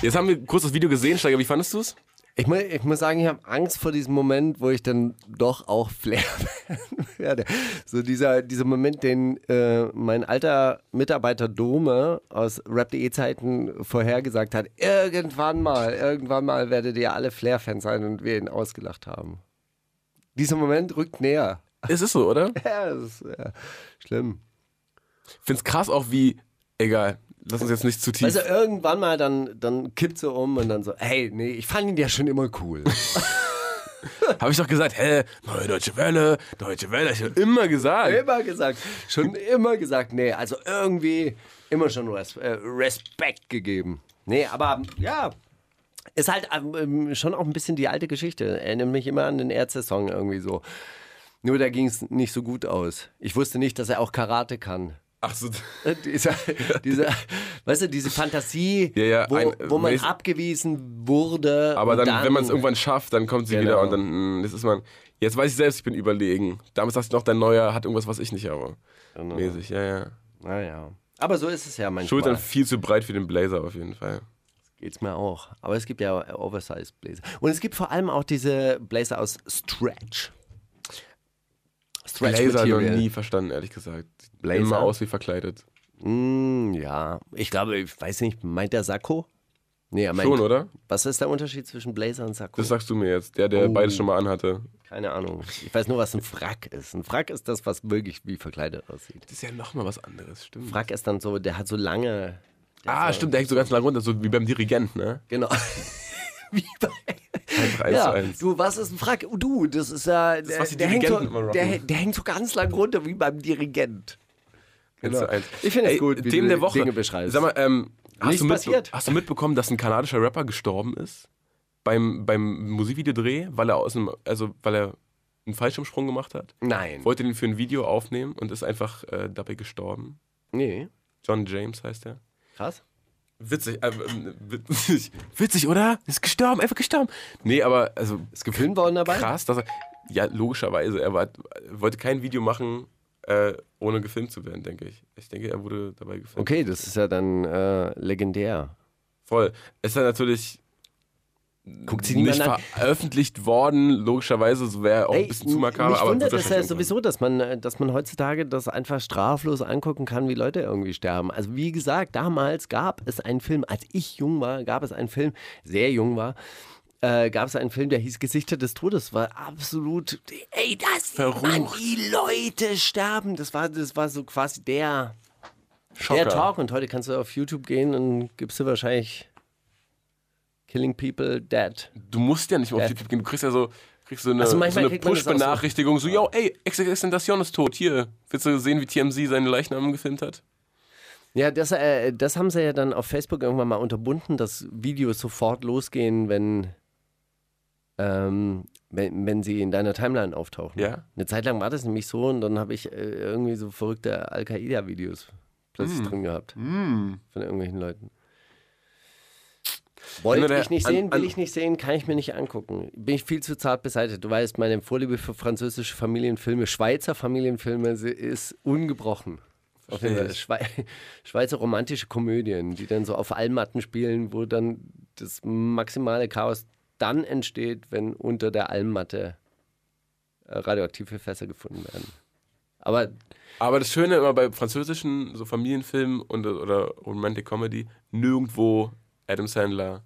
Jetzt haben wir kurz das Video gesehen, Steiger, wie fandest du es?
Ich, mu- ich muss sagen, ich habe Angst vor diesem Moment, wo ich dann doch auch Flair werde. So dieser, dieser Moment, den äh, mein alter Mitarbeiter Dome aus Rap.de-Zeiten vorhergesagt hat. Irgendwann mal, irgendwann mal werdet ihr alle Flair-Fans sein und wir ihn ausgelacht haben. Dieser Moment rückt näher.
Es ist so, oder?
Ja, das ist ja, schlimm.
Find's krass auch wie, egal, lass uns jetzt nicht zu tief.
Also irgendwann mal, dann, dann kippt so um und dann so, hey, nee, ich fand ihn ja schon immer cool.
Habe ich doch gesagt, hä, neue deutsche Welle, deutsche Welle, ich habe immer gesagt.
immer gesagt, schon immer gesagt, nee, also irgendwie immer schon Res äh, Respekt gegeben. Nee, aber ja, ist halt ähm, ähm, schon auch ein bisschen die alte Geschichte. Erinnert mich immer an den Ärzte-Song irgendwie so. Nur da ging es nicht so gut aus. Ich wusste nicht, dass er auch Karate kann. Äh,
Ach so.
dieser, dieser, weißt du, diese Fantasie,
Ja, ja,
wo,
ein-
wo man
weiß-
abgewiesen wurde.
Aber
und
dann, wenn man es irgendwann schafft, dann kommt sie
Genau.
wieder und dann, mh, das ist man. Jetzt weiß ich selbst, ich bin überlegen. Damals sagst du noch, dein Neuer hat irgendwas, was ich nicht habe. Mäßig, ja, ja.
Naja. Aber so ist es ja manchmal.
Schultern viel zu breit für den Blazer auf jeden Fall.
Geht's mir auch. Aber es gibt ja Oversized Blazer. Und es gibt vor allem auch diese Blazer aus Stretch. Stretch
Blazer noch
Material.
nie verstanden, ehrlich gesagt. Sieht
Blazer?
Immer aus wie verkleidet.
Mm, ja. Ich glaube, ich weiß nicht, meint der Sakko? Nee, er meint.
Schon, oder?
Was ist der Unterschied zwischen Blazer und Sakko?
Das sagst du mir jetzt, der, der
Oh.
beides schon mal anhatte.
Keine Ahnung. Ich weiß nur, was ein Frack ist. Ein Frack ist das, was wirklich wie verkleidet aussieht.
Das ist ja nochmal was anderes, stimmt.
Frack ist dann so, der hat so lange.
ah, stimmt, der hängt so ganz lang runter, so wie beim Dirigent, ne?
Genau. wie bei.
Einfach eins
ja,
zu eins.
du, was ist ein Frack? Oh, Du, das ist ja. der,
was die
der, hängt so,
Dirigenten immer rocken.
der, der hängt so ganz lang runter wie beim Dirigent.
Eins zu eins.
Genau. Ich finde es
Ey,
gut, wie
Themen
du
der Woche.
Dinge beschreibst.
Sag mal, ähm, hast,
Nichts
du mitbe-
passiert.
hast du mitbekommen, dass ein kanadischer Rapper gestorben ist beim, beim Musikvideodreh, weil er aus einem, also weil er einen Fallschirmsprung gemacht hat?
Nein.
Wollte den für ein Video aufnehmen und ist einfach äh, dabei gestorben.
Nee.
John James heißt er.
Krass.
Witzig, äh, ähm, witzig, witzig, oder? Ist gestorben, einfach gestorben. Nee, aber also
Ist gefilmt worden dabei?
krass, dass er. Ja, logischerweise. Er war, wollte kein Video machen, äh, ohne gefilmt zu werden, denke ich. Ich denke, er wurde dabei gefilmt.
Okay, das ist ja dann äh, legendär.
Voll. Ist dann natürlich
Guckt sie
nicht
niemand an.
veröffentlicht worden, logischerweise, so wäre auch ein
Ey,
bisschen zu makaber,
mich
aber
wundert
wird
es ja
wahrscheinlich irgendwann.
sowieso, dass man, äh, dass man heutzutage das einfach straflos angucken kann, wie Leute irgendwie sterben. Also wie gesagt, damals gab es einen Film, als ich jung war, gab es einen Film, sehr jung war, äh, gab es einen Film, der hieß Gesichter des Todes. War absolut, ey, das sieht man,
Verrucht.
wie Leute sterben. Das war, das war so quasi der,
Schocker.
der Talk. Und heute kannst du auf YouTube gehen und gibst du wahrscheinlich Killing People Dead.
Du musst ja nicht mal auf
Ja.
YouTube gehen, du kriegst ja so, kriegst so eine,
Also
so
manchmal
eine
kriegt man das auch so.
Push-Benachrichtigung, so, yo, ey, XXXTentacion ist tot, hier. Willst du sehen, wie TMZ seinen Leichnam gefilmt hat?
Ja, das, äh, das haben sie ja dann auf Facebook irgendwann mal unterbunden, dass Videos sofort losgehen, wenn, ähm, wenn, wenn sie in deiner Timeline auftauchen.
Ja.
Eine Zeit lang war das nämlich so und dann habe ich äh, irgendwie so verrückte Al-Qaida-Videos plötzlich
Hm.
drin gehabt. Von irgendwelchen Leuten. Wollte
Andere-
ich nicht
an-
sehen, will
an-
ich nicht sehen, kann ich mir nicht angucken. Bin ich viel zu zart beseitigt. Du weißt, meine Vorliebe für französische Familienfilme, Schweizer Familienfilme se- ist ungebrochen. Auf jeden Fall. Äh, Schwe Schweizer romantische Komödien, die dann so auf Almatten spielen, wo dann das maximale Chaos dann entsteht, wenn unter der Almmatte äh, radioaktive Fässer gefunden werden. Aber
Aber das Schöne immer bei französischen so Familienfilmen und, oder Romantic Comedy, nirgendwo Adam Sandler.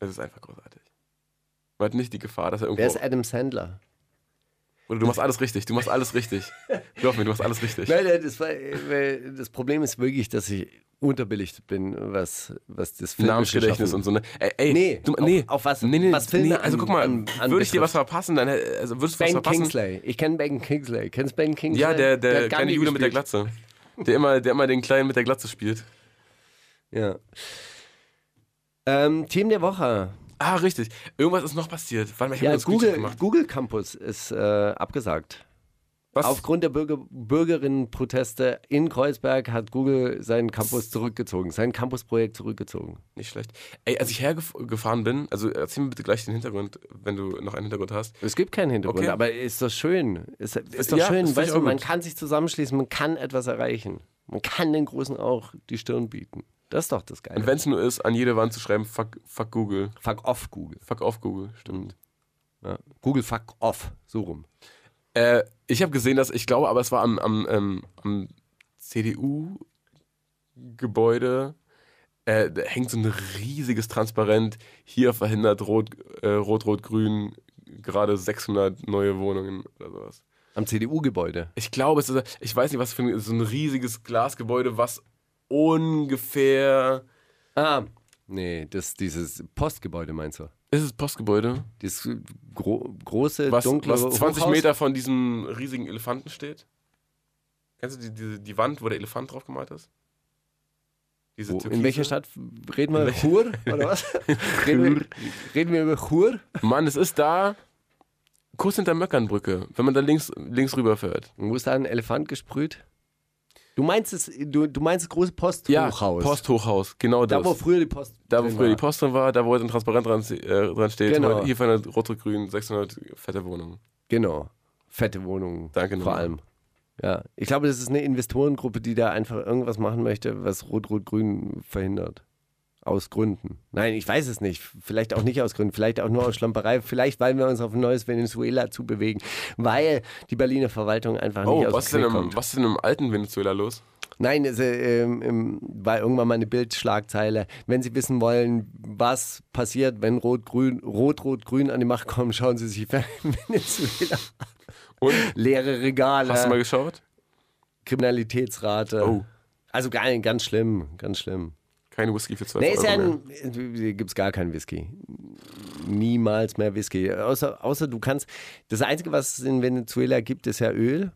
Es ist einfach großartig. Man hat nicht die Gefahr, dass er
wer
irgendwo.
ist Adam Sandler?
Oder du machst alles richtig, du machst alles richtig. Glaub mir, du machst alles richtig.
Nein, nein, das, war, weil das Problem ist wirklich, dass ich unterbelichtet bin, was, was das Film
Namensgedächtnis und so. Ne? Ey, ey
Nee,
du,
auf-
nee.
auf was-
nee, nee,
was Filme
nee, Also guck mal,
an- an-
würde ich
anbetrifft.
dir was verpassen, dann äh, also würdest du was
Ben
verpassen.
Kingsley. Ich kenne Ben Kingsley. Kennst Ben Kingsley?
Ja, der, der,
hat
kleine
Gandhi
Jude mit der
gespielt.
Glatze. Der immer, der immer den Kleinen mit der Glatze spielt.
Ja. Ähm, Team der Woche.
Ah, richtig. Irgendwas ist noch passiert. Warte mal, ich hab
Ja,
mir das Google
Google,
gemacht.
Google Campus ist äh, abgesagt.
Was?
Aufgrund der Bürger, Bürgerinnenproteste in Kreuzberg hat Google seinen Campus zurückgezogen, sein Campusprojekt zurückgezogen.
Nicht schlecht. Ey, als ich hergefahren bin, also erzähl mir bitte gleich den Hintergrund, wenn du noch einen Hintergrund hast.
Es gibt keinen Hintergrund,
Okay.
aber ist doch schön. Ist, ist doch
Ja, das
schön,
find ich
weißt du,
auch
man
gut.
kann sich zusammenschließen, man kann etwas erreichen. Man kann den Großen auch die Stirn bieten. Das ist doch das Geile.
Und wenn es nur ist, an jede Wand zu schreiben, fuck, fuck Google.
fuck off, Google.
Fuck off Google, stimmt.
Ja. Google fuck off, so rum.
Äh, ich habe gesehen, dass, ich glaube, aber es war am, am, ähm, am CDU-Gebäude, äh, da hängt so ein riesiges Transparent, hier verhindert Rot- äh, Rot-Rot-Grün gerade 600 neue Wohnungen oder sowas.
Am CDU-Gebäude.
Ich glaube, es ist, ich weiß nicht, was für ein, so ein riesiges Glasgebäude, was ungefähr.
Ah, nee, das dieses Postgebäude meinst du?
Ist es Postgebäude?
Dieses gro große,
Was,
dunkle
was 20
Hochhaus?
Meter von diesem riesigen Elefanten steht? Kennst du die, die, die Wand, wo der Elefant drauf gemalt ist? Diese
Wo,
Türkise?
in welcher Stadt reden wir?
welcher-
Chur oder was? reden, wir, reden wir über Chur?
Mann, es ist da. Kurz hinter Möckernbrücke, wenn man da links, links rüberfährt.
Wo ist da ein Elefant gesprüht? Du meinst es, du, du meinst das große
Ja,
Posthochhaus.
Posthochhaus, genau das.
da, wo früher die Post.
Da, wo
drin
früher die
war.
Post drin war, da, wo heute ein Transparent dran, äh, dran steht.
Genau.
Hier von der Rot-Rot-Grün 600 fette Wohnungen.
Genau. Fette Wohnungen.
Danke
Vor
nochmal.
allem. Ja. Ich glaube, das ist eine Investorengruppe, die da einfach irgendwas machen möchte, was Rot-Rot-Grün verhindert. Aus Gründen. Nein, ich weiß es nicht. Vielleicht auch nicht aus Gründen. Vielleicht auch nur aus Schlamperei. Vielleicht, weil wir uns auf ein neues Venezuela zubewegen. Weil die Berliner Verwaltung einfach
Oh,
nicht aus
was ist,
dem
denn
Knick
im,
kommt.
was ist denn im alten Venezuela los?
Nein, es, äh, ähm, ähm, war irgendwann mal eine Bildschlagzeile. Wenn Sie wissen wollen, was passiert, wenn Rot-Grün, Rot-Rot-Grün an die Macht kommen, schauen Sie sich Venezuela an. Äh.
Und?
Leere Regale,
Hast du mal geschaut?
Kriminalitätsrate.
Oh.
Also gar, ganz schlimm, ganz schlimm.
Kein Whisky für 12
Nee,
Euro
ist ja
mehr.
ein, äh, gibt's gar keinen Whisky. Niemals mehr Whisky. Außer, außer du kannst, das Einzige, was es in Venezuela gibt, ist ja Öl.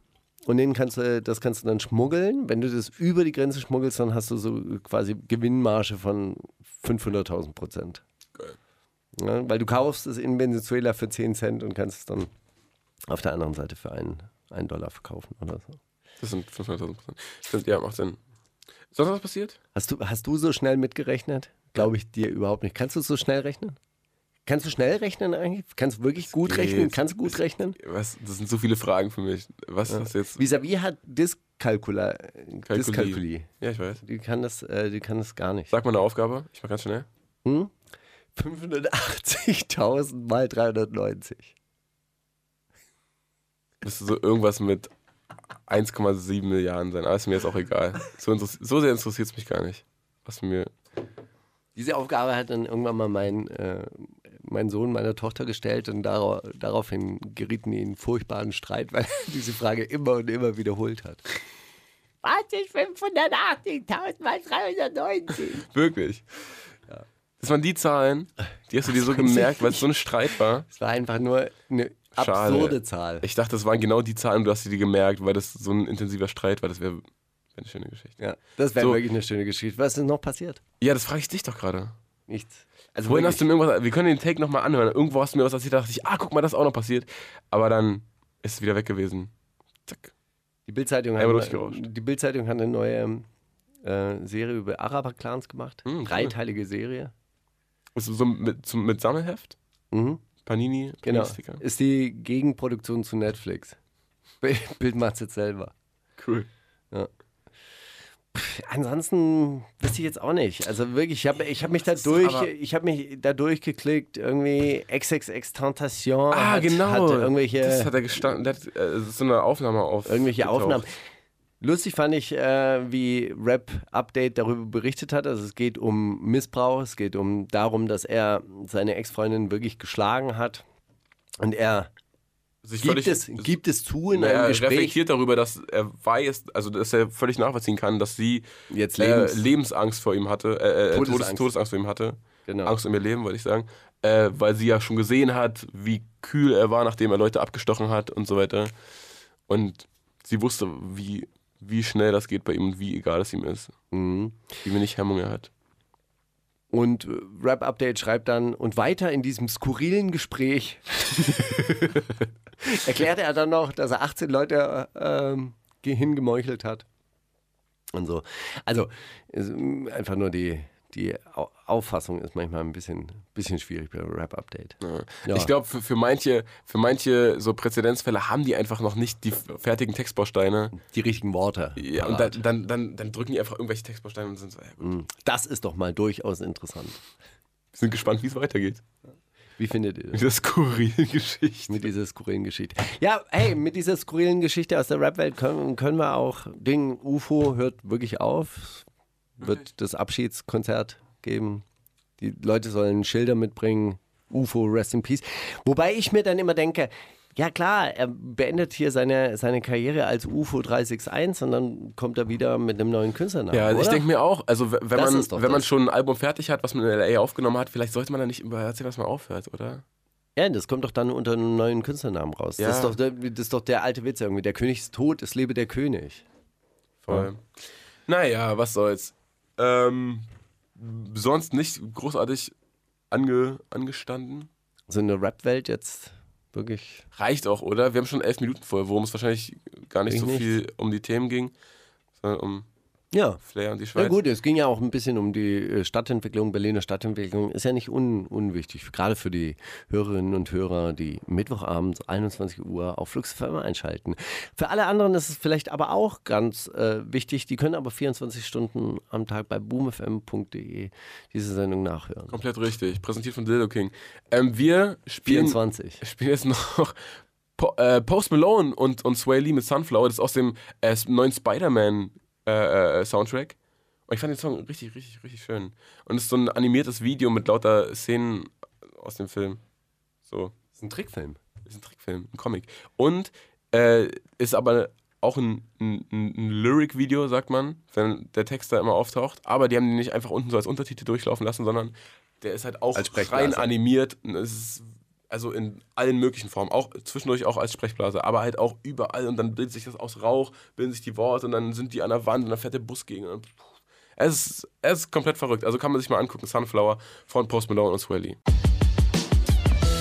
Und den kannst du, das kannst du dann schmuggeln. Wenn du das über die Grenze schmuggelst, dann hast du so quasi Gewinnmarge von 500.000 Prozent. Ja, weil du kaufst es in Venezuela für 10 Cent und kannst es dann auf der anderen Seite für einen, einen Dollar verkaufen oder so.
Das sind 500.000 Prozent. Stimmt, ja, macht Sinn. Sonst was passiert?
Hast du, hast du so schnell mitgerechnet? Glaube ich dir überhaupt nicht. Kannst du so schnell rechnen? Kannst du schnell rechnen eigentlich? Kannst du wirklich gut
geht.
rechnen? Kannst du gut rechnen?
Was, das sind so viele Fragen für mich. Was ist das jetzt?
Vis-à-vis hat Dyskalkula,
Kalkuli.
Dyskalkulie.
Ja, ich weiß.
Die kann, das, äh, die kann das gar nicht.
Sag mal eine Aufgabe. Ich mach ganz schnell.
580.000 mal 390.
Müsste so irgendwas mit 1,7 Milliarden sein. Aber ist mir jetzt auch egal. So, interess- so sehr interessiert es mich gar nicht. Was mir.
Diese Aufgabe hat dann irgendwann mal mein, äh, mein Sohn meiner Tochter gestellt und dara daraufhin gerieten die in einen furchtbaren Streit, weil er diese Frage immer und immer wiederholt hat. Was ist 580.000 mal 390?
Wirklich. Das waren die Zahlen, die hast du dir so gemerkt, weil es so ein Streit war.
Es war einfach nur eine
Schade.
absurde Zahl.
Ich dachte, das waren genau die Zahlen, du hast sie dir gemerkt, weil das so ein intensiver Streit war. Das wäre Eine schöne Geschichte.
Ja, das wäre
So.
wirklich eine schöne Geschichte. Was ist denn noch passiert?
Ja, das frage ich dich doch gerade.
Nichts. Also
Wohin
wirklich,
hast du mir irgendwas. Wir können den Take nochmal anhören. Irgendwo hast du mir was erzählt, da dachte ich, ah, guck mal, das ist auch noch passiert. Aber dann ist es wieder weg gewesen. Zack.
die Bildzeitung
Einmal
hat,
durchgerauscht.
die Bildzeitung hat eine neue äh, Serie über Araber-Clans gemacht.
Hm, cool.
Dreiteilige Serie.
Ist so mit, zum, mit Sammelheft?
Mhm.
Panini?
Genau.
Panini-Sticker.
Ist die Gegenproduktion zu Netflix. Bild macht's jetzt selber.
Cool.
Ansonsten wüsste ich jetzt auch nicht. Also wirklich, ich habe ich hab mich da
doch
durch,
aber-
ich habe mich da durchgeklickt, irgendwie XXX Tentation
Ah,
hat,
genau.
hat irgendwelche,
das hat er gestanden. der hat, äh, Es ist so eine Aufnahme auf.
irgendwelche
getaucht.
Aufnahmen. Lustig fand ich, äh, wie Rap Update darüber berichtet hat. Also es geht um Missbrauch, es geht um darum, dass er seine Ex-Freundin wirklich geschlagen hat. Und er
Sich
gibt
Also völlig-
es, gibt es zu in
er
einem Gespräch.
reflektiert darüber, dass er weiß, also dass er völlig nachvollziehen kann, dass sie
Jetzt
äh, Lebensangst vor ihm hatte, äh, äh, Todesangst.
Todesangst.
Todes, Todesangst vor ihm hatte.
Genau.
Angst um ihr Leben, wollte ich sagen. Äh, weil sie ja schon gesehen hat, wie kühl er war, nachdem er Leute abgestochen hat und so weiter. Und sie wusste, wie, wie schnell das geht bei ihm und wie egal es ihm ist.
Mhm.
Wie wenig Hemmung er hat.
Und äh, Rap Update schreibt dann, und weiter in diesem skurrilen Gespräch erklärte er dann noch, dass er 18 Leute äh, ähm, ge- hingemeuchelt hat. Und so. Also, es, mm, einfach nur die, die Au- Auffassung ist manchmal ein bisschen, bisschen schwierig bei Rap Update. Ja.
Ich glaube, für, für, manche, für manche so Präzedenzfälle haben die einfach noch nicht die f- fertigen Textbausteine.
Die richtigen Worte.
Ja, und dann,
parat.
dann, dann, dann drücken die einfach irgendwelche Textbausteine und sind so, ja gut.
das ist doch mal durchaus interessant.
Wir sind gespannt, wie es weitergeht.
Wie findet ihr das?
Mit der skurrilen Geschichte.
Mit dieser skurrilen Geschichte. Ja, hey, mit dieser skurrilen Geschichte aus der Rap-Welt können, können wir auch. Ding, UFO hört wirklich auf. Wird
Mhm.
das Abschiedskonzert geben. Die Leute sollen Schilder mitbringen. UFO, rest in peace. Wobei ich mir dann immer denke, ja klar, er beendet hier seine, seine Karriere als UFO 361 und dann kommt er wieder mit einem neuen Künstlernamen.
Ja, also
oder?
ich denke mir auch, also w- wenn,
Das
man,
ist doch
wenn man
das.
schon ein Album fertig hat, was man in L.A. aufgenommen hat, vielleicht sollte man da nicht über erzählen, dass man aufhört, oder?
Ja, das kommt doch dann unter einem neuen Künstlernamen raus.
Ja.
Das, ist doch, der- das ist doch der alte Witz irgendwie. Der König ist tot, es lebe der König.
Voll. Naja, was soll's. Ähm, sonst nicht großartig ange, angestanden.
so eine Rap-Welt jetzt wirklich.
Reicht auch, oder? Wir haben schon elf Minuten voll, worum es wahrscheinlich gar nicht
Ich
so
nicht.
viel um die Themen ging, sondern um
Ja.
Flair und die Schweiz.
Na gut, es ging ja auch ein bisschen um die äh, Stadtentwicklung, Berliner Stadtentwicklung. Ist ja nicht un unwichtig, gerade für die Hörerinnen und Hörer, die Mittwochabends 21 Uhr auf Flux FM einschalten. Für alle anderen ist es vielleicht aber auch ganz äh, wichtig. Die können aber 24 Stunden am Tag bei boomfm.de diese Sendung nachhören.
Komplett richtig. Präsentiert von Dildo King. Ähm, wir spielen,
24.
spielen jetzt noch po, äh, Post Malone und, und Sway Lee mit Sunflower. Das ist aus dem äh, neuen Spider-Man äh, äh, Soundtrack. Und ich fand den Song richtig, richtig, richtig schön. Und es ist so ein animiertes Video mit lauter Szenen aus dem Film. So.
Das ist ein Trickfilm.
Ist ein Trickfilm, ein Comic. Und äh, ist aber auch ein, ein, ein ein Lyric-Video, sagt man, wenn der Text da immer auftaucht. Aber die haben den nicht einfach unten so als Untertitel durchlaufen lassen, sondern der ist halt auch
Als Sprechblase.
rein animiert. Und Es ist also in allen möglichen Formen, auch zwischendurch auch als Sprechblase, aber halt auch überall. Und dann bildet sich das aus Rauch, bilden sich die Worte und dann sind die an der Wand und dann fährt der Bus gegen. Und puh. es, ist, es ist komplett verrückt. Also kann man sich mal angucken. Sunflower von Post Malone und Swelly.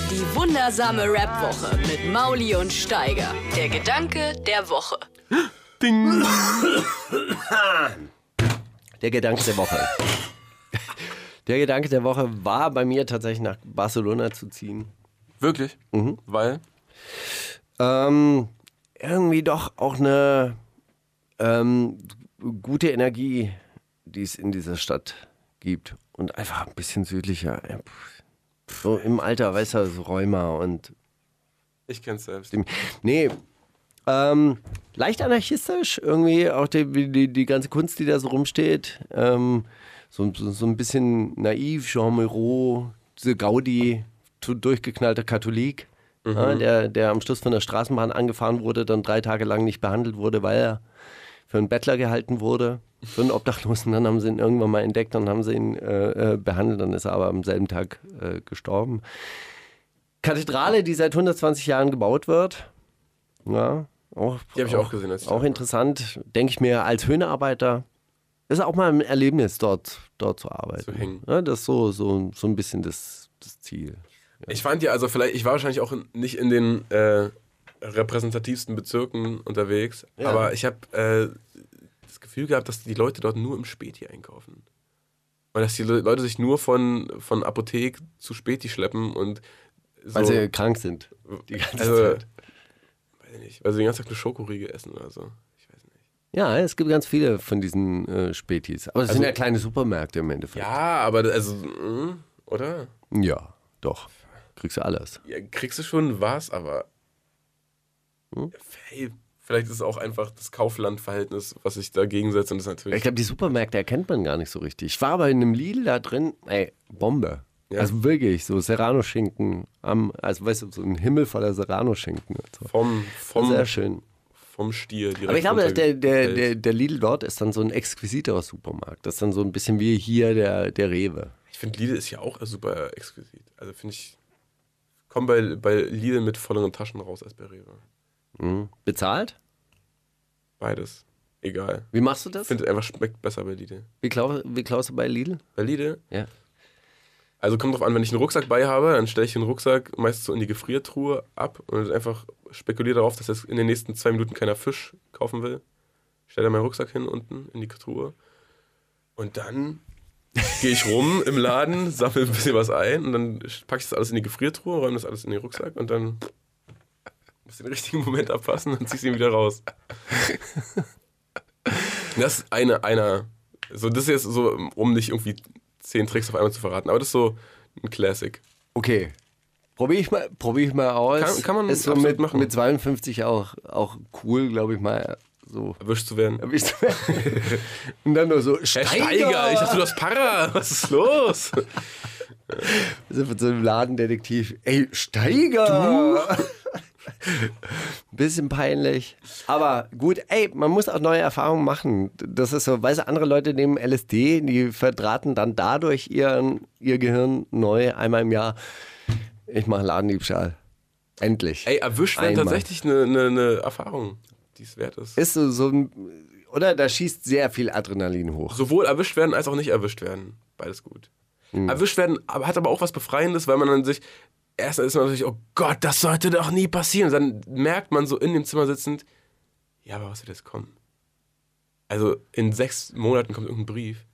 Die wundersame Rap-Woche mit Mauli und Steiger. Der Gedanke der Woche.
Ding!
Der Gedanke der Woche. Der Gedanke der Woche war bei mir tatsächlich nach Barcelona zu ziehen.
Wirklich?
Mhm.
Weil.
ähm, irgendwie doch auch eine ähm, gute Energie, die es in dieser Stadt gibt. Und einfach ein bisschen südlicher. Ja, pff. So im Alter, weißt du, so Rheuma und
Ich kenn's selbst.
dem. Nee. Ähm, leicht anarchistisch irgendwie, auch die, wie die, die ganze Kunst, die da so rumsteht. Ähm, so, so, so ein bisschen naiv, Jean Moreau, diese Gaudi, tu- durchgeknallter Katholik, ja, der, der am Schluss von der Straßenbahn angefahren wurde, dann drei Tage lang nicht behandelt wurde, weil er für einen Bettler gehalten wurde, für einen Obdachlosen. Dann haben sie ihn irgendwann mal entdeckt, dann haben sie ihn äh, äh, behandelt, dann ist er aber am selben Tag äh, gestorben. Kathedrale, die seit 120 Jahren gebaut wird. Ja, Auch,
Die habe ich auch gesehen, als ich da
Auch
war.
interessant, denke ich mir, als Höhnearbeiter ist auch mal ein Erlebnis, dort, dort zu arbeiten.
Zu hängen.
Ja, das ist so, so, so ein bisschen das, das Ziel.
Ich fand ja, also vielleicht, ich war wahrscheinlich auch in, nicht in den äh, repräsentativsten Bezirken unterwegs,
Ja.
aber ich habe äh, das Gefühl gehabt, dass die Leute dort nur im Späti einkaufen. Und dass die Le- Leute sich nur von, von Apothek zu Späti schleppen und so.
Weil sie krank sind. Die ganze
also,
Zeit.
weiß ich nicht, weil sie den ganzen Tag eine Schokoriegel essen oder so. Ich weiß nicht.
Ja, es gibt ganz viele von diesen äh, Spätis. Aber es sind ja kleine Supermärkte im Endeffekt.
Also Ja, aber das- also, mh, oder?
ja doch. Kriegst du alles.
Ja, kriegst du schon was, aber.
Hm?
Hey, vielleicht ist es auch einfach das Kauflandverhältnis, was sich dagegen setzt und das ist
Ich
natürlich.
glaube, die Supermärkte erkennt man gar nicht so richtig. Ich war aber in einem Lidl da drin, ey, Bombe.
Ja.
Also wirklich, so Serrano-Schinken, am- also weißt du, so ein Himmel voller Serrano-Schinken. und so.
Vom, vom,
Sehr schön.
vom Stier direkt.
Aber ich glaube,
runter-
der, der, der, der Lidl dort ist dann so ein exquisiterer Supermarkt. Das ist dann so ein bisschen wie hier der, der Rewe.
Ich finde, Lidl ist ja auch super exquisit. Also finde ich. Komm bei, bei Lidl mit volleren Taschen raus als bei Rewe.
Mhm. Bezahlt?
Beides. Egal.
Wie machst du das?
Ich finde, einfach schmeckt besser bei Lidl.
Wie, klau wie klaust du bei Lidl?
Bei Lidl?
Ja.
Also kommt drauf an, wenn ich einen Rucksack bei habe, dann stelle ich den Rucksack meist so in die Gefriertruhe ab und einfach spekuliere darauf, dass jetzt in den nächsten zwei Minuten keiner Fisch kaufen will. Stelle da meinen Rucksack hin unten in die Truhe. Und dann gehe ich rum im Laden, sammle ein bisschen was ein und dann packe ich das alles in die Gefriertruhe, räume das alles in den Rucksack und dann muss den richtigen Moment abpassen und ziehst ihn wieder raus. Das ist eine, einer. So, das ist jetzt so, um nicht irgendwie zehn Tricks auf einmal zu verraten, aber das ist so ein Classic.
Okay. Probier ich mal, probier ich mal aus.
Kann- kann man
ist so
absolut
mit,
machen.
mit 52 auch, auch cool, glaube ich mal. So.
Erwischt zu werden.
Erwischt zu werden. Und dann nur so
Herr
Steiger.
Steiger, ich dachte, du hast Para. Was ist los?
so von so einem Ladendetektiv. Ey, Steiger. Bisschen peinlich. Aber gut, ey, man muss auch neue Erfahrungen machen. Das ist so, weißt du, andere Leute nehmen LSD, die verdrahten dann dadurch ihren, ihr Gehirn neu einmal im Jahr. Ich mache Ladendiebstahl. Endlich.
Ey, erwischt werden
Einmal.
tatsächlich eine, eine, eine Erfahrung, die es wert ist.
ist so, so ein, oder da schießt sehr viel Adrenalin hoch.
Sowohl erwischt werden als auch nicht erwischt werden. Beides gut. Erwischt werden aber- hat aber auch was Befreiendes, weil man dann sich. Erst ist man natürlich, oh Gott, das sollte doch nie passieren. Dann merkt man so in dem Zimmer sitzend, ja, aber was wird jetzt kommen? Also in sechs Monaten kommt irgendein Brief.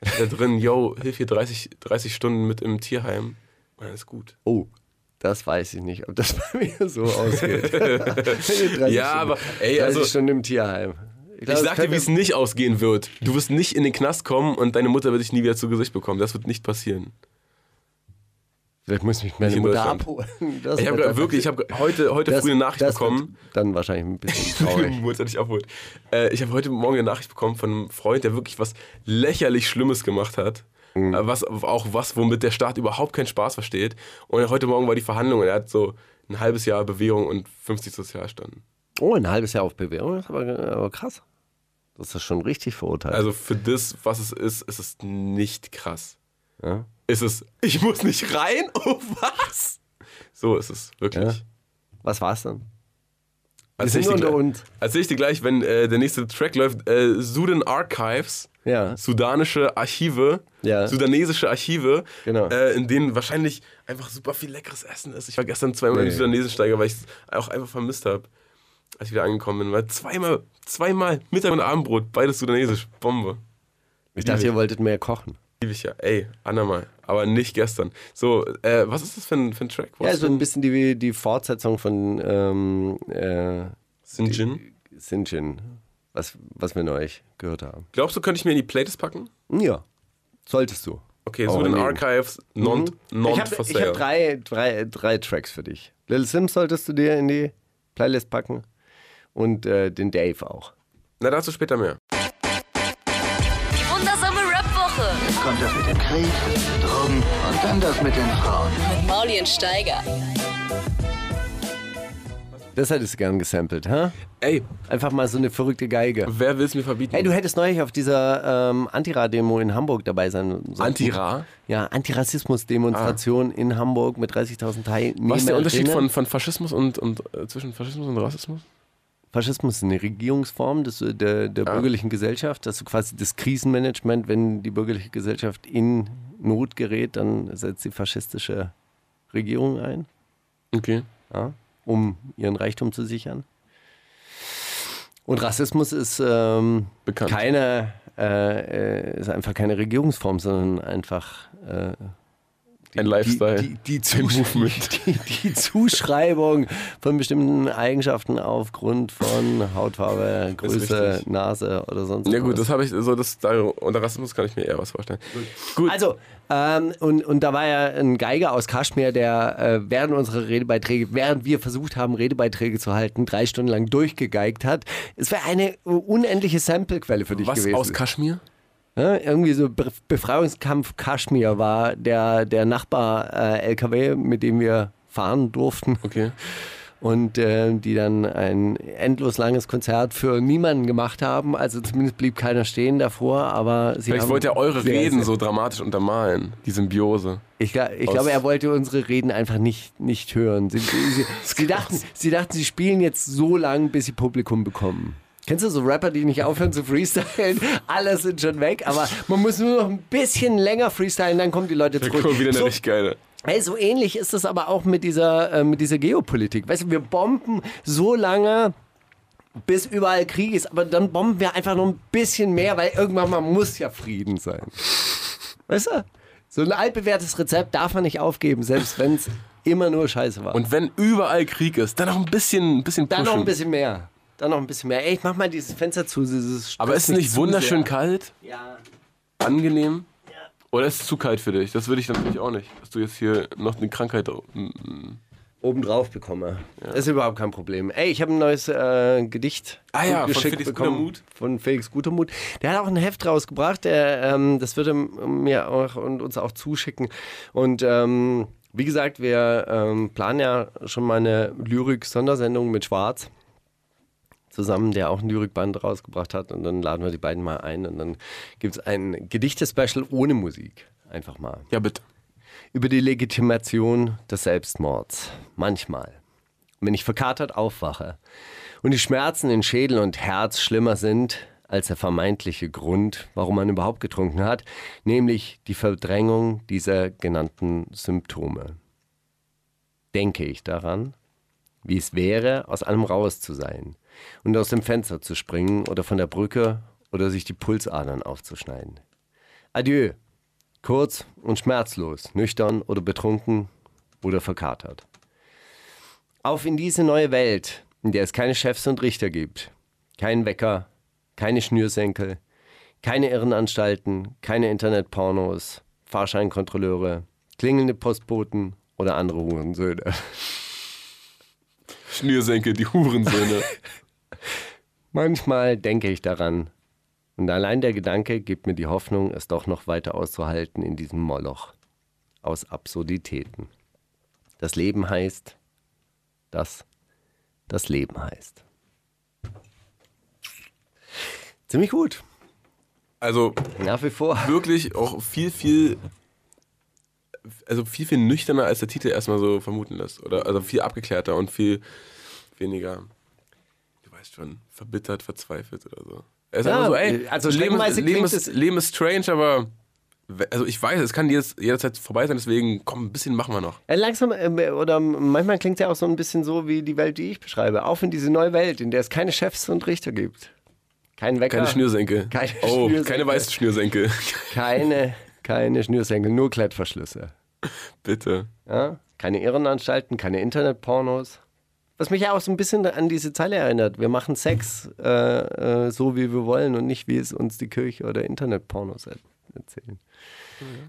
Da steht da drin, yo, hilf hier 30, 30 Stunden mit im Tierheim. Und dann ist gut.
Oh, das weiß ich nicht, ob das bei mir so ausgeht. 30
Ja, aber, ey,
30
also-
Stunden im Tierheim. glaub,
Ich
das
sag dir,
könnte-
wie es nicht ausgehen wird. Du wirst nicht in den Knast kommen und deine Mutter wird dich nie wieder zu Gesicht bekommen. Das wird nicht passieren.
Vielleicht muss mich meine
Nicht in
Mutter
Deutschland.
abholen. Das
Ich
wird
habe
dann-
wirklich, ich habe heute, heute
das-
früh eine Nachricht
das
bekommen.
Wird dann wahrscheinlich ein bisschen
Meine
traurig.
Mutter dich abholt. Äh, ich habe heute Morgen eine Nachricht bekommen von einem Freund, der wirklich was lächerlich Schlimmes gemacht hat.
Mhm.
Äh, Was, auch was, womit der Staat überhaupt keinen Spaß versteht. Und heute Morgen war die Verhandlung und er hat so ein halbes Jahr Bewährung und 50 Sozialstunden.
oh, ein halbes Jahr auf Bewährung, das ist aber, aber krass. Das ist schon richtig verurteilt.
Also für das, was es ist, ist es nicht krass.
Ja.
Ist es, ich muss nicht rein? Oh, was? So ist es, wirklich.
Ja. Was war's dann?
Als
sind
ich, dir
unter
gleich,
uns.
erzähl ich dir gleich, wenn äh, der nächste Track läuft, äh, Sudan Archives,
Ja.
sudanische Archive,
Ja.
sudanesische Archive,
Genau.
äh, in denen wahrscheinlich einfach super viel leckeres Essen ist. Ich war gestern zweimal im
Nee.
Sudanesensteiger, weil ich es auch einfach vermisst habe, als ich wieder angekommen bin. Weil zweimal, zweimal Mittag und Abendbrot, beides sudanesisch, Bombe.
Ich dachte, ihr wolltet mehr kochen.
Liebe ich ja. Ey, andermal. Aber nicht gestern. So, äh, was ist das für ein, für ein Track? Was
ja, so
für
ein bisschen die, die Fortsetzung von ähm, äh,
Sinjin.
Sinjin, was, was wir neulich gehört haben.
Glaubst du, könnte ich mir in die Playlist packen?
Ja, solltest du.
Okay,
Warum
Sudan
nicht?
Archives, non, non
Oh, Mhm. ich habe
for
hab
sale.
drei, drei, drei Tracks für dich. Little Sims solltest du dir in die Playlist packen und äh, den Dave auch.
Na, dazu später mehr.
Die wundersame Rap-Woche
Jetzt kommt das mit dem Krieg, Drogen und dann das mit den Frauen.
mit Mauli und Steiger.
Das hättest du gern gesampelt, ha?
Ey,
Einfach mal so eine verrückte Geige.
wer will es mir verbieten?
Hey, du hättest neulich auf dieser ähm, Antira-Demo in Hamburg dabei sein sollen.
Antira? Ah.
Ja, Antirassismus-Demonstration in Hamburg mit 30.000 Teilnehmern.
Was ist der Unterschied von, von Faschismus und, und äh, zwischen Faschismus und Rassismus?
Faschismus ist eine Regierungsform des, äh, der, der bürgerlichen Gesellschaft, dass du quasi das Krisenmanagement, wenn die bürgerliche Gesellschaft in Not gerät, dann setzt die faschistische Regierung ein,
Okay.
ja, um ihren Reichtum zu sichern. Und Rassismus ist ähm,
Bekannt.
keine, äh, äh, ist einfach keine Regierungsform, sondern einfach äh,
Ein Lifestyle.
die, die, die,
Ein
Zusch
Movement.
die, die Zuschreibung von bestimmten Eigenschaften aufgrund von Hautfarbe, Größe,
richtig.
Nase oder sonst
Ja gut,
was.
das habe ich so das da, unter Rassismus kann ich mir eher was vorstellen. Gut.
Also, ähm, und, und da war ja ein Geiger aus Kaschmir, der äh, während unserer Redebeiträge, während wir versucht haben, Redebeiträge zu halten, drei Stunden lang durchgegeigt hat. Es wäre eine unendliche Samplequelle für dich
was
gewesen.
aus Kaschmir?
Ja, irgendwie so Be Befreiungskampf Kaschmir war der, der äh, Nachbar-LKW, mit dem wir fahren durften.
Okay.
und äh, die dann ein endlos langes Konzert für niemanden gemacht haben. Also zumindest blieb keiner stehen davor, aber sie
Vielleicht
haben
wollte er eure
sehr,
Reden
sehr-
so dramatisch untermalen, die Symbiose.
Ich, gla- ich
aus-
glaube, er wollte unsere Reden einfach nicht, nicht hören. Sie, sie, sie, dachten, sie dachten, sie spielen jetzt so lang, bis sie Publikum bekommen. Kennst du so Rapper, die nicht aufhören zu freestylen? Alle sind schon weg, aber man muss nur noch ein bisschen länger freestylen, dann kommen die Leute
Da
zurück.
kommt wieder eine
so,
richtig geile.
Hey, so ähnlich ist es aber auch mit dieser, äh, mit dieser Geopolitik. Weißt du, wir bomben so lange, bis überall Krieg ist, aber dann bomben wir einfach noch ein bisschen mehr, weil irgendwann mal muss ja Frieden sein. Weißt du? So ein altbewährtes Rezept darf man nicht aufgeben, selbst wenn es immer nur Scheiße war.
Und wenn überall Krieg ist, dann noch ein bisschen, ein bisschen pushen.
dann noch ein bisschen mehr. Dann noch ein bisschen mehr. Ey, ich mach mal dieses Fenster zu. Dieses
Aber ist es nicht wunderschön kalt?
Ja.
Angenehm? Oder ist es zu kalt für dich? Das würde ich natürlich auch nicht, dass du jetzt hier noch eine Krankheit. äh,
obendrauf bekomme. Ist überhaupt kein Problem. Ey, ich habe ein neues äh, Gedicht
Ah ja, von
geschickt
Felix
bekommen
Gutermut.
von Felix Gutermut. Der hat auch ein Heft rausgebracht, der, ähm, das wird er m- mir auch und uns auch zuschicken. Und ähm, wie gesagt, wir ähm, planen ja schon mal eine Lyrik-Sondersendung mit Schwarz zusammen, der auch ein Lyrikband rausgebracht hat. Und dann laden wir die beiden mal ein und dann gibt es ein Gedichte-Special ohne Musik. Einfach mal
Ja, bitte. Schnürsenkel, die Hurensöhne.
Manchmal denke ich daran. Und allein der Gedanke gibt mir die Hoffnung, es doch noch weiter auszuhalten in diesem Moloch aus Absurditäten. Das Leben heißt, dass das Leben heißt. Ziemlich gut.
also
Nach wie vor.
wirklich auch viel, viel. Also viel, viel nüchterner, als der Titel erstmal so vermuten lässt. Oder also viel abgeklärter und viel weniger, du weißt schon, verbittert, verzweifelt oder so. Er ist
Ja,
einfach so, ey,
also
Leben, ist,
streckenweise
Leben,
klingt
ist,
es-
Leben ist strange, aber we- also ich weiß, es kann jedes, jederzeit vorbei sein, deswegen komm, ein bisschen machen wir noch.
Äh, Langsam, äh, oder manchmal klingt es ja auch so ein bisschen so wie die Welt, die ich beschreibe. Auf in diese neue Welt, in der es keine Chefs und Richter gibt. Keinen Wecker.
Keine Schnürsenkel.
Keine
oh,
Schnürsenkel.
keine weißen Schnürsenkel.
Keine, keine Schnürsenkel, nur Klettverschlüsse.
Bitte.
Ja? Keine Irrenanstalten, keine Internetpornos. Was mich ja auch so ein bisschen an diese Zeile erinnert. Wir machen Sex äh, äh, so, wie wir wollen und nicht, wie es uns die Kirche oder Internetpornos er erzählen.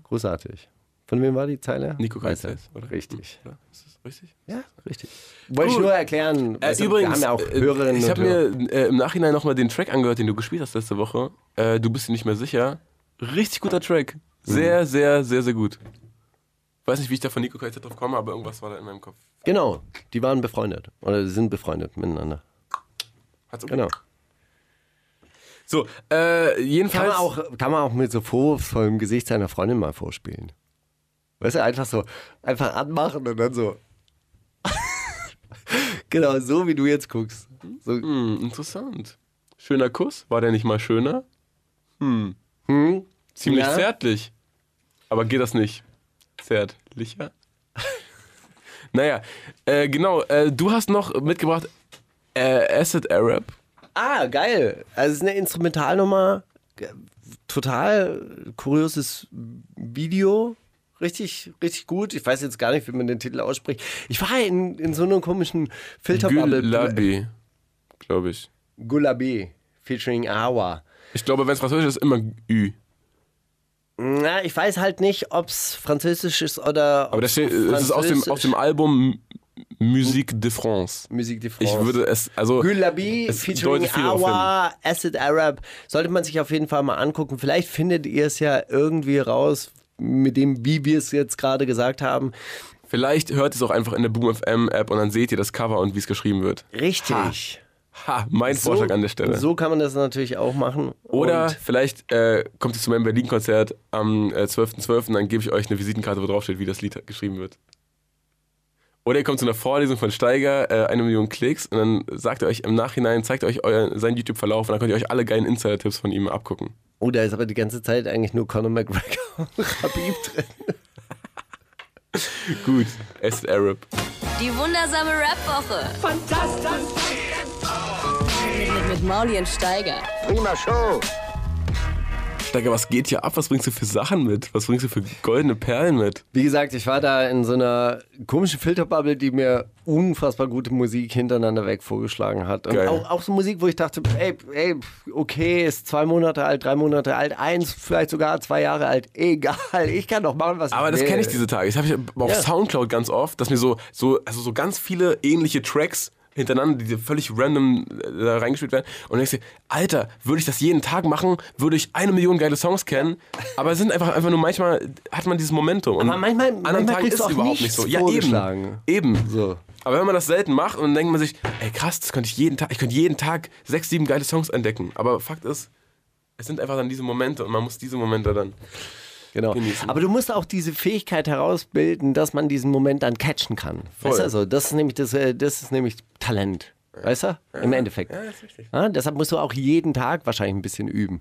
Großartig. Von wem war die Zeile?
Mhm. Nico
Weißer.
Kaisers, oder?
Richtig.
Oder? Ist das richtig?
Ja, richtig. Wollte ich
Gut.
nur erklären.
Äh,
weißt du,
übrigens,
wir haben ja auch
äh,
Hörerinnen
ich
und
habe
Hörer.
mir äh, im Nachhinein nochmal den Track angehört, den du gespielt hast letzte Woche. Äh, du bist dir nicht mehr sicher. Richtig guter Track. Sehr,
Mhm.
sehr, sehr, sehr gut. Weiß nicht, wie ich da von Nico Kaiser drauf komme, aber irgendwas war da in meinem Kopf.
Genau, die waren befreundet. Oder sie sind befreundet miteinander.
Hat's okay.
Genau.
So, äh,
Kann
jedenfalls.
man, auch, kann man auch mit so vorwurfsvollem Gesicht seiner Freundin mal vorspielen. Weißt du, einfach so, einfach anmachen und dann so. Genau, so wie du jetzt guckst. So,
Hm, interessant. Schöner Kuss, war der nicht mal schöner?
hm,
Ziemlich
Ja.
zärtlich. Aber geht das nicht? Zärtlicher? naja, äh, genau. Äh, du hast noch mitgebracht äh, Acid Arab.
Ah, geil. Also es ist eine Instrumentalnummer. G- Total kurioses Video. Richtig, richtig gut. Ich weiß jetzt gar nicht, wie man den Titel ausspricht. Ich war in, in so einem komischen Filterbubble.
Gulabi, glaube ich.
Gulabi featuring Awa.
Ich glaube, wenn es französisch ist, immer Ü.
Na, ich weiß halt nicht, ob es französisch ist oder.
Aber das steht, es ist aus dem, aus dem Album Musique de France.
Musik die
Ich
France.
würde es, also
Güllabi
es
featuring
deutet viel darauf hin.
Awa, Acid Arab. Sollte man sich auf jeden Fall mal angucken. Vielleicht findet ihr es ja irgendwie raus mit dem, wie wir es jetzt gerade gesagt haben.
vielleicht hört ihr es auch einfach in der Boom FM App und dann seht ihr das Cover und wie es geschrieben wird.
Richtig.
Ha, mein Vorschlag an der Stelle.
So kann man das natürlich auch machen.
Oder
Und
vielleicht äh, kommt ihr zu meinem Berlin-Konzert am äh, 12.12., dann gebe ich euch eine Visitenkarte, wo draufsteht, wie das Lied geschrieben wird. Oder ihr kommt zu einer Vorlesung von Steiger, äh, eine Million Klicks, und dann sagt er euch im Nachhinein, zeigt er euch euer, seinen YouTube-Verlauf und dann könnt ihr euch alle geilen Insider-Tipps von ihm abgucken.
oh, da ist aber die ganze Zeit eigentlich nur Conor McGregor und Habib drin.
Gut, Acid Arab.
Die wundersame Rap-Woche. Fantastisch. Mit, mit Mauli und Steiger.
Prima Show.
Steiger, was geht hier ab? Was bringst du für Sachen mit? Was bringst du für goldene Perlen mit?
Wie gesagt, ich war da in so einer komischen Filterbubble, die mir unfassbar gute Musik hintereinander weg vorgeschlagen hat. Und
Geil.
auch, auch so Musik, wo ich dachte, ey, ey, okay, ist zwei Monate alt, drei Monate alt, eins, vielleicht sogar zwei Jahre alt, egal, ich kann doch machen, was
Aber
ich will.
das kenne ich diese Tage. Das habe ich auf
Ja.
Soundcloud ganz oft, dass mir so, so, also so ganz viele ähnliche Tracks hintereinander, die völlig random äh, da reingespielt werden. Und dann denkst du, dir, Alter, würde ich das jeden Tag machen, würde ich eine Million geile Songs kennen. Aber es sind einfach, einfach nur manchmal hat man dieses Momentum. Und
Aber manchmal-
an
manchmal
anderen Tagen
kriegst
ist
du
es
auch
überhaupt nicht
nichts
so. Ja, eben.
vorgeschlagen.
Eben.
So.
Aber wenn man das selten macht, dann denkt man sich, ey krass, das könnte ich jeden Tag, ich könnte jeden Tag sechs, sieben geile Songs entdecken. Aber Fakt ist, es sind einfach dann diese Momente und man muss diese Momente dann.
Genau.
genießen.
Aber du musst auch diese Fähigkeit herausbilden, dass man diesen Moment dann catchen kann. Weißt du, also, das ist nämlich, das, äh, das ist nämlich Talent. Weißt du? Im Endeffekt. Ja,
ist richtig.
deshalb musst du auch jeden Tag wahrscheinlich ein bisschen üben.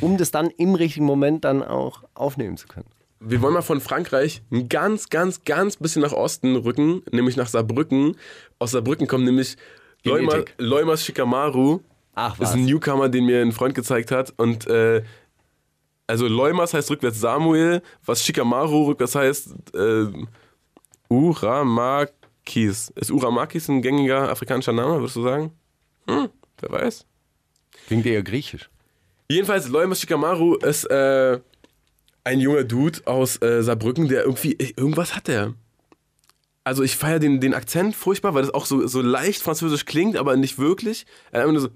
Um das dann im richtigen Moment dann auch aufnehmen zu können.
Wir wollen mal von Frankreich ein ganz, ganz, ganz bisschen nach Osten rücken, nämlich nach Saarbrücken. Aus Saarbrücken kommt nämlich Leuma,
Genetik.
Leumas Shikamaru.
Ach
Das
was.
ist ein Newcomer, den mir ein Freund gezeigt hat. Und äh, also Leumas heißt rückwärts Samuel, was Shikamaru rückwärts heißt äh, Uramakis. Ist Uramakis ein gängiger afrikanischer Name, würdest du sagen? Hm, wer weiß.
Klingt eher griechisch.
Jedenfalls, Leumas Shikamaru ist äh, ein junger Dude aus äh, Saarbrücken, der irgendwie, eh, irgendwas hat der. Also ich feiere den, den Akzent furchtbar, weil das auch so, so leicht französisch klingt, aber nicht wirklich. Er hat einfach nur so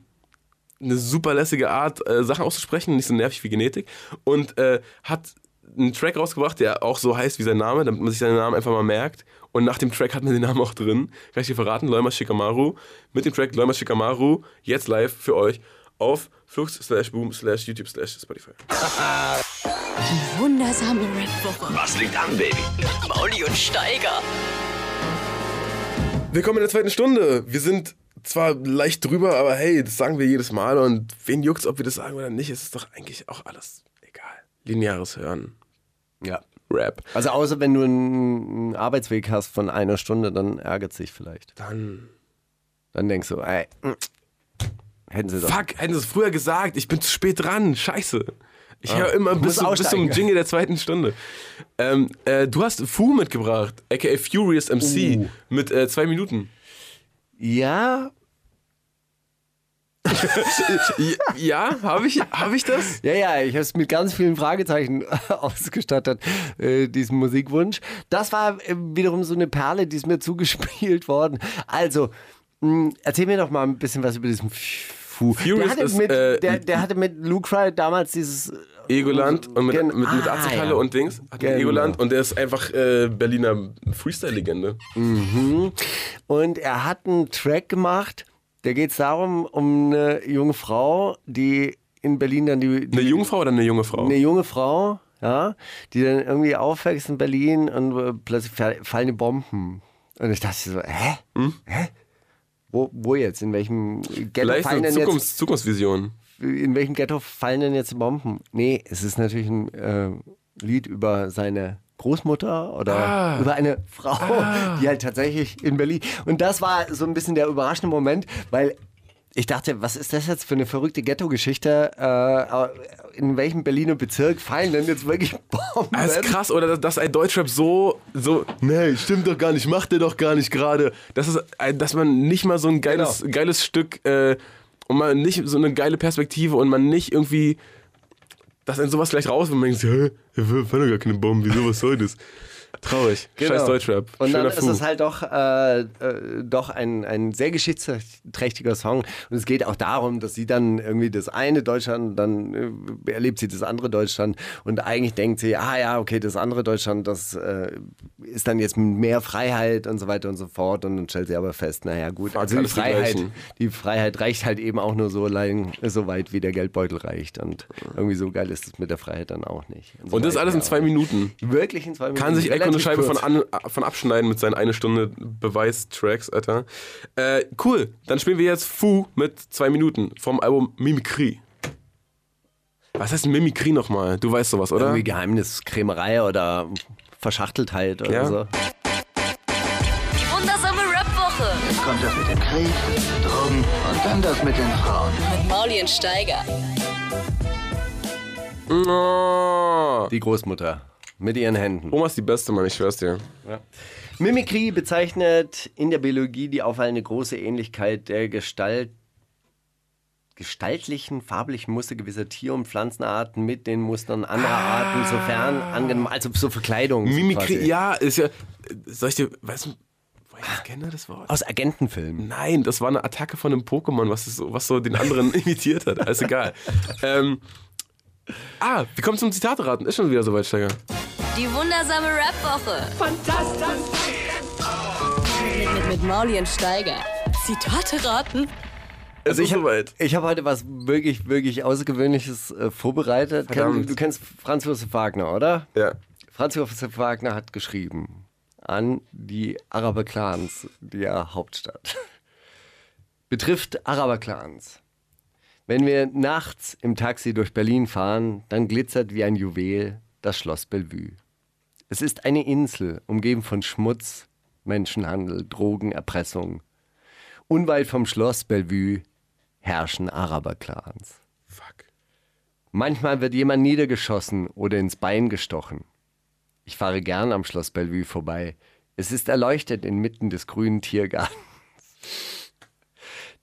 eine super lässige Art, äh, Sachen auszusprechen, nicht so nervig wie Genetik. Und äh, hat einen Track rausgebracht, der auch so heißt wie sein Name, damit man sich seinen Namen einfach mal merkt. Und nach dem Track hat man den Namen auch drin. Kann ich dir verraten, Leuma Shikamaru. Mit dem Track Leuma Shikamaru, jetzt live für euch auf flux slash boom slash youtube slash Spotify.
Wundersame Rap-Woche. Was liegt an, Baby? Mit Mauli und Steiger.
Willkommen in der zweiten Stunde. Wir sind zwar leicht drüber, aber hey, das sagen wir jedes Mal und wen juckt's, ob wir das sagen oder nicht, es ist doch eigentlich auch alles egal. Lineares Hören.
Ja.
Rap.
Also außer wenn du einen Arbeitsweg hast von einer Stunde, dann ärgert sich vielleicht.
Dann
Dann denkst du, ey, mm, hätten sie doch.
Fuck, hätten sie es früher gesagt, ich bin zu spät dran, scheiße. Ich höre immer
musst
bis, zu, bis zum
aussteigen.
Jingle der zweiten Stunde. Ähm, äh, du hast Fu mitgebracht, aka Furious MC,
Uh.
mit äh, zwei Minuten.
Ja,
Ja, ja habe ich, hab ich das?
Ja, ja, ich habe es mit ganz vielen Fragezeichen ausgestattet, äh, diesen Musikwunsch. Das war äh, wiederum so eine Perle, die ist mir zugespielt worden. Also, mh, erzähl mir doch mal ein bisschen was über diesen Fu.
Furious
der, hatte
ist,
mit,
äh,
der, der hatte mit Lucry damals dieses.
Egoland und mit,
Gen-
mit, mit
Ah,
Azekalle
ja.
und Dings. Hat
Genau.
Egoland und der ist einfach äh, Berliner Freestyle-Legende.
Und er hat einen Track gemacht, da geht es darum, um eine junge Frau, die in Berlin dann die. die
Eine Jungfrau oder eine junge Frau?
eine junge Frau, ja, die dann irgendwie aufwächst in Berlin und äh, plötzlich fa- fallen die Bomben. Und ich dachte so, hä?
Hm?
Hä? Wo, wo jetzt? In welchem Ghetto
Vielleicht
fallen
eine
denn jetzt
Zukunfts Zukunftsvision.
in welchem Ghetto fallen denn jetzt Bomben? Nee, es ist natürlich ein äh, Lied über seine Großmutter oder über eine Frau, die halt tatsächlich in Berlin. Und das war so ein bisschen der überraschende Moment, weil ich dachte, was ist das jetzt für eine verrückte Ghetto-Geschichte? Äh, in welchem Berliner Bezirk fallen denn jetzt wirklich Bomben?
Das Ah, ist krass, oder dass, dass ein Deutschrap so, so, nee, stimmt doch gar nicht, macht der doch gar nicht gerade. Das ist, ein- dass man nicht mal so ein geiles, geiles Stück äh, und man nicht so eine geile Perspektive und man nicht irgendwie, dass ein sowas gleich raus, wenn man denkt, hä, wir fallen doch gar keine Bomben, wieso, was soll das? Traurig. Genau. Scheiß Deutschrap.
Genau. Und
Schöner
dann ist
Fu.
es halt doch, äh, äh, doch ein, ein sehr geschichtsträchtiger Song. Und es geht auch darum, dass sie dann irgendwie das eine Deutschland, dann äh, erlebt sie das andere Deutschland. Und eigentlich denkt sie, ah ja, okay, das andere Deutschland, das äh, ist dann jetzt mit mehr Freiheit und so weiter und so fort. Und dann stellt sie aber fest, naja gut,
Fuck,
also die
alles die
Freiheit,
gleichen.
die Freiheit reicht halt eben auch nur so, lang, so weit, wie der Geldbeutel reicht. Und irgendwie so geil ist es mit der Freiheit dann auch nicht. so
und das
weit,
alles in
ja.
zwei Minuten.
Wirklich in zwei Minuten.
Kann sich Echo eine
Hm, Relativ
Scheibe von,
kurz.
an, von abschneiden mit seinen eine Stunde Beweis-Tracks, Alter. Äh, cool, dann spielen wir jetzt Fu mit zwei Minuten vom Album Mimikry. Was heißt Mimikry nochmal? Du weißt sowas, oder?
Irgendwie Geheimniskrämerei oder Verschachteltheit oder
Ja.
so.
Die wundersame Rap-Woche
Kommt das mit dem Krieg, Drogen und dann das mit den Frauen.
mit Mauli und Steiger.
Oh.
Die Großmutter mit ihren Händen.
Oma ist die Beste, Mann, ich schwör's dir.
Mimikry bezeichnet in der Biologie die auffallende große Ähnlichkeit der Gestalt gestaltlichen, farblichen Muster gewisser Tier- und Pflanzenarten mit den Mustern anderer Arten, sofern angenommen, also so Verkleidung.
Ah. Mimikry,
quasi.
ja, ist ja. Soll ich dir. Weißt du, woher ich das kenne, das Wort?
Aus Agentenfilmen.
Nein, das war eine Attacke von einem Pokémon, was, es so, was so den anderen imitiert hat. Alles egal. ähm, ah, wir kommen zum Zitate-Raten. Ist schon wieder soweit, Steiger.
Die wundersame Rap-Woche. Fantastisch. Mit, mit Mauli und Steiger. Zitate raten.
Es ist
hab-
soweit.
Also Ich habe heute was wirklich, wirklich Außergewöhnliches äh, vorbereitet. Kenn,
Verdammt.
du kennst Franz Josef Wagner, oder?
Ja.
Franz Josef Wagner hat geschrieben an die Araberclans der Hauptstadt. Betrifft Araberclans. Wenn wir nachts im Taxi durch Berlin fahren, dann glitzert wie ein Juwel das Schloss Bellevue. Es ist eine Insel, umgeben von Schmutz, Menschenhandel, Drogen, Erpressung. Unweit vom Schloss Bellevue herrschen Araberclans.
Fuck.
Manchmal wird jemand niedergeschossen oder ins Bein gestochen. Ich fahre gern am Schloss Bellevue vorbei. Es ist erleuchtet inmitten des grünen Tiergartens.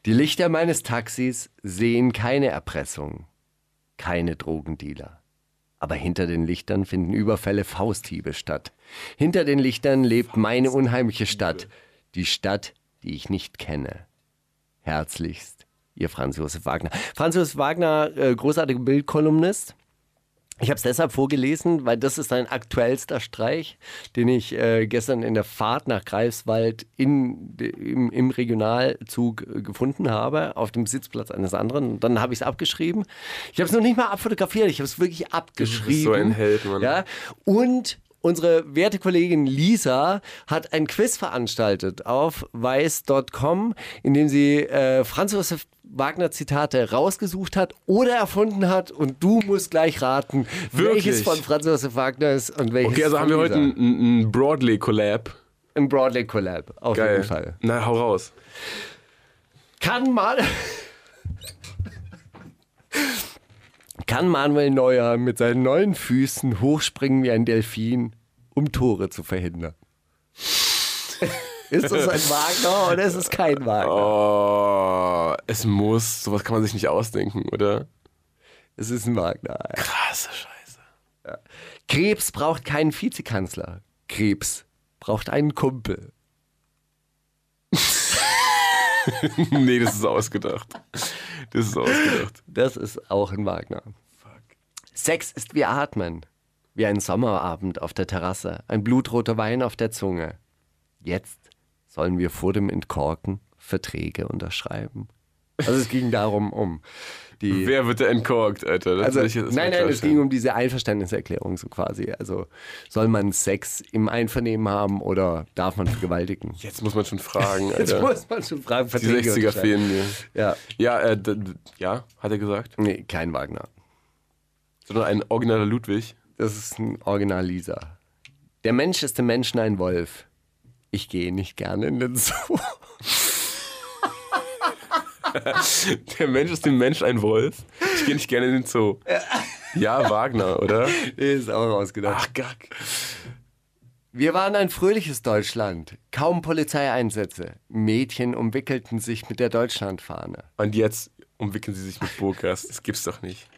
Die Lichter meines Taxis sehen keine Erpressung, keine Drogendealer. Aber hinter den Lichtern finden Überfälle Fausthiebe statt. Hinter den Lichtern lebt meine unheimliche Stadt, die Stadt, die ich nicht kenne. Herzlichst, ihr Franz Josef Wagner. Franz Josef Wagner, äh, großartiger Bildkolumnist. Ich habe es deshalb vorgelesen, weil das ist sein aktuellster Streich, den ich äh, gestern in der Fahrt nach Greifswald in, de- im, im Regionalzug äh, gefunden habe, auf dem Sitzplatz eines anderen. Und dann habe ich es abgeschrieben. Ich habe es noch nicht mal abfotografiert, ich habe es wirklich abgeschrieben.
so ein Held, Mann.
Ja? Und unsere werte Kollegin Lisa hat ein Quiz veranstaltet auf weiß.com, in dem sie äh, Franz Josef Wagner Zitate rausgesucht hat oder erfunden hat und du musst gleich raten,
Wirklich?
welches von Franz Josef Wagner ist und welches
Okay, also
von
haben wir heute
Lisa.
einen- einen einen Broadly-Collab.
ein Broadway Collab auf
Geil.
jeden Fall.
Na, hau raus.
Kann mal Kann Manuel Neuer mit seinen neuen Füßen hochspringen wie ein Delfin, um Tore zu verhindern? ist das ein Wagner oder ist es kein Wagner?
Oh, es muss. Sowas kann man sich nicht ausdenken, oder?
Es ist ein Wagner.
Krasse Scheiße.
Krebs braucht keinen Vizekanzler. Krebs braucht einen Kumpel.
nee, das ist ausgedacht. Das ist ausgedacht.
Das ist auch ein Wagner. Sex ist wie Atmen. Wie ein Sommerabend auf der Terrasse, ein blutroter Wein auf der Zunge. Jetzt sollen wir vor dem Entkorken Verträge unterschreiben. Also es ging darum um die.
Wer wird da entkorkt, Alter? Das
also,
will ich jetzt erstmal
nein, nein, es
klarstellen.
ging um diese Einverständniserklärung so quasi. Also soll man Sex im Einvernehmen haben oder darf man vergewaltigen?
Jetzt muss man schon fragen,
um- Jetzt
Alter.
muss man schon fragen.
Die 60er fehlen mir.
Ja,
Ja, äh, d- d- ja, hat er gesagt.
nee, kein Wagner.
Sondern ein originaler Ludwig.
Das ist ein Original Lisa. Der Mensch ist dem Menschen ein Wolf. Ich gehe nicht gerne in den Zoo.
Der Mensch ist dem Mensch ein Wolf. Ich gehe nicht gerne in den Zoo. Ja, Wagner, oder?
Nee, ist auch rausgedacht.
Ach, Gack.
Wir waren ein fröhliches Deutschland. Kaum Polizeieinsätze. Mädchen umwickelten sich mit der Deutschlandfahne.
Und jetzt umwickeln sie sich mit Burkas. Das gibt's doch nicht.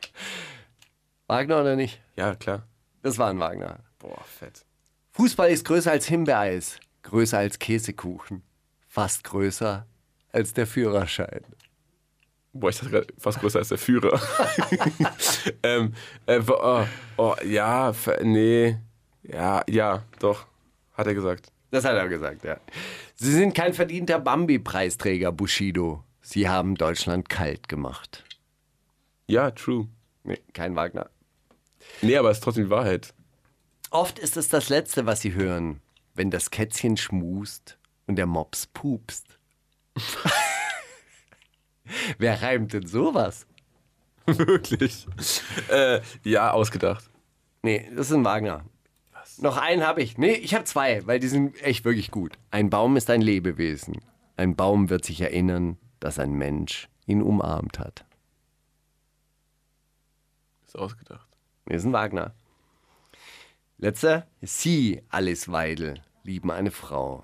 Wagner oder nicht?
Ja, klar.
Das war ein Wagner.
Boah, fett.
Fußball ist größer als Himbeereis, größer als Käsekuchen, fast größer als der Führerschein.
Boah, ich dachte gerade, fast größer als der Führer. ähm, äh, wo- oh, oh, ja, fe- nee. Ja, ja, doch. Hat er gesagt.
Das hat er gesagt, ja. Sie sind kein verdienter Bambi-Preisträger, Bushido. Sie haben Deutschland kalt gemacht.
Ja, true.
Nee, kein Wagner.
Nee, aber es ist trotzdem die Wahrheit.
Oft ist es das Letzte, was sie hören, wenn das Kätzchen schmust und der Mops pupst. Wer reimt denn sowas?
Wirklich. Äh, ja, ausgedacht.
Nee, das ist ein Wagner. Noch einen habe ich. Nee, ich habe zwei, weil die sind echt wirklich gut. Ein Baum ist ein Lebewesen. Ein Baum wird sich erinnern, dass ein Mensch ihn umarmt hat.
Ist ausgedacht.
Wir sind Wagner. Letzter. Sie, Alice Weidel, lieben eine Frau.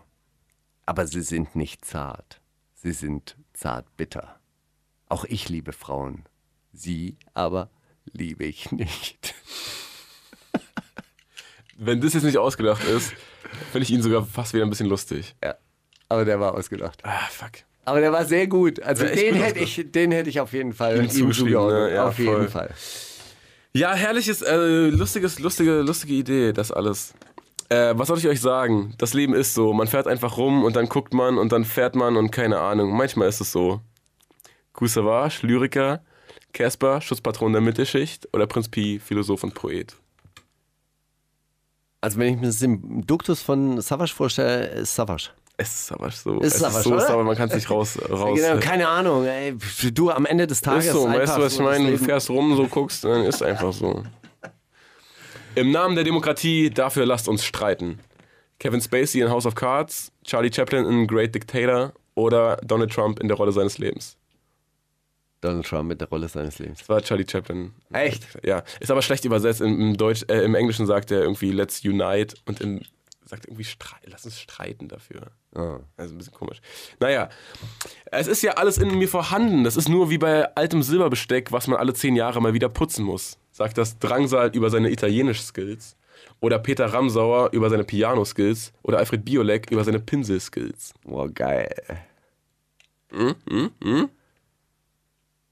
Aber sie sind nicht zart. Sie sind zart bitter. Auch ich liebe Frauen. Sie aber liebe ich nicht.
Wenn das jetzt nicht ausgedacht ist, finde ich ihn sogar fast wieder ein bisschen lustig.
Ja. Aber der war ausgedacht.
Ah, fuck.
Aber der war sehr gut. Also
Ja, echt
den
gut
hätte ich, den hätte ich auf jeden Fall
Ihm zugeschrieben, ne? Ja,
auf
voll.
jeden Fall.
Ja, herrliches, äh, lustiges, lustige, lustige Idee, das alles. Äh, was soll ich euch sagen? Das Leben ist so. Man fährt einfach rum und dann guckt man und dann fährt man und keine Ahnung. Manchmal ist es so. Kusavage, Lyriker, Casper, Schutzpatron der Mittelschicht oder Prinz Pi, Philosoph und Poet.
Also wenn ich mir das im Duktus von Savage vorstelle, ist Savage.
Es ist aber so.
Ist
es
Savage,
ist so,
oder?
aber man kann es nicht raus. raus
Genau, keine Ahnung. Ey, du am Ende des Tages.
Ist so,
einfach
weißt du, was ich
so das
meine? Du
Leben-
fährst rum, so guckst, dann ist einfach so. Im Namen der Demokratie, dafür lasst uns streiten. Kevin Spacey in House of Cards, Charlie Chaplin in Great Dictator oder Donald Trump in der Rolle seines Lebens.
Donald Trump mit der Rolle seines Lebens.
Das war Charlie Chaplin.
Echt?
Ja, ist aber schlecht übersetzt. Im, im, Deutsch, äh, im Englischen sagt er irgendwie Let's Unite und im, sagt irgendwie "Strei- Lass uns streiten dafür. Also ein bisschen komisch. Naja, es ist ja alles in mir vorhanden. Das ist nur wie bei altem Silberbesteck, was man alle zehn Jahre mal wieder putzen muss. Sagt das Drangsal über seine Italienisch-Skills oder Peter Ramsauer über seine Piano-Skills oder Alfred Biolek über seine Pinsel-Skills.
Boah, geil. Hm, hm, hm.
Hm,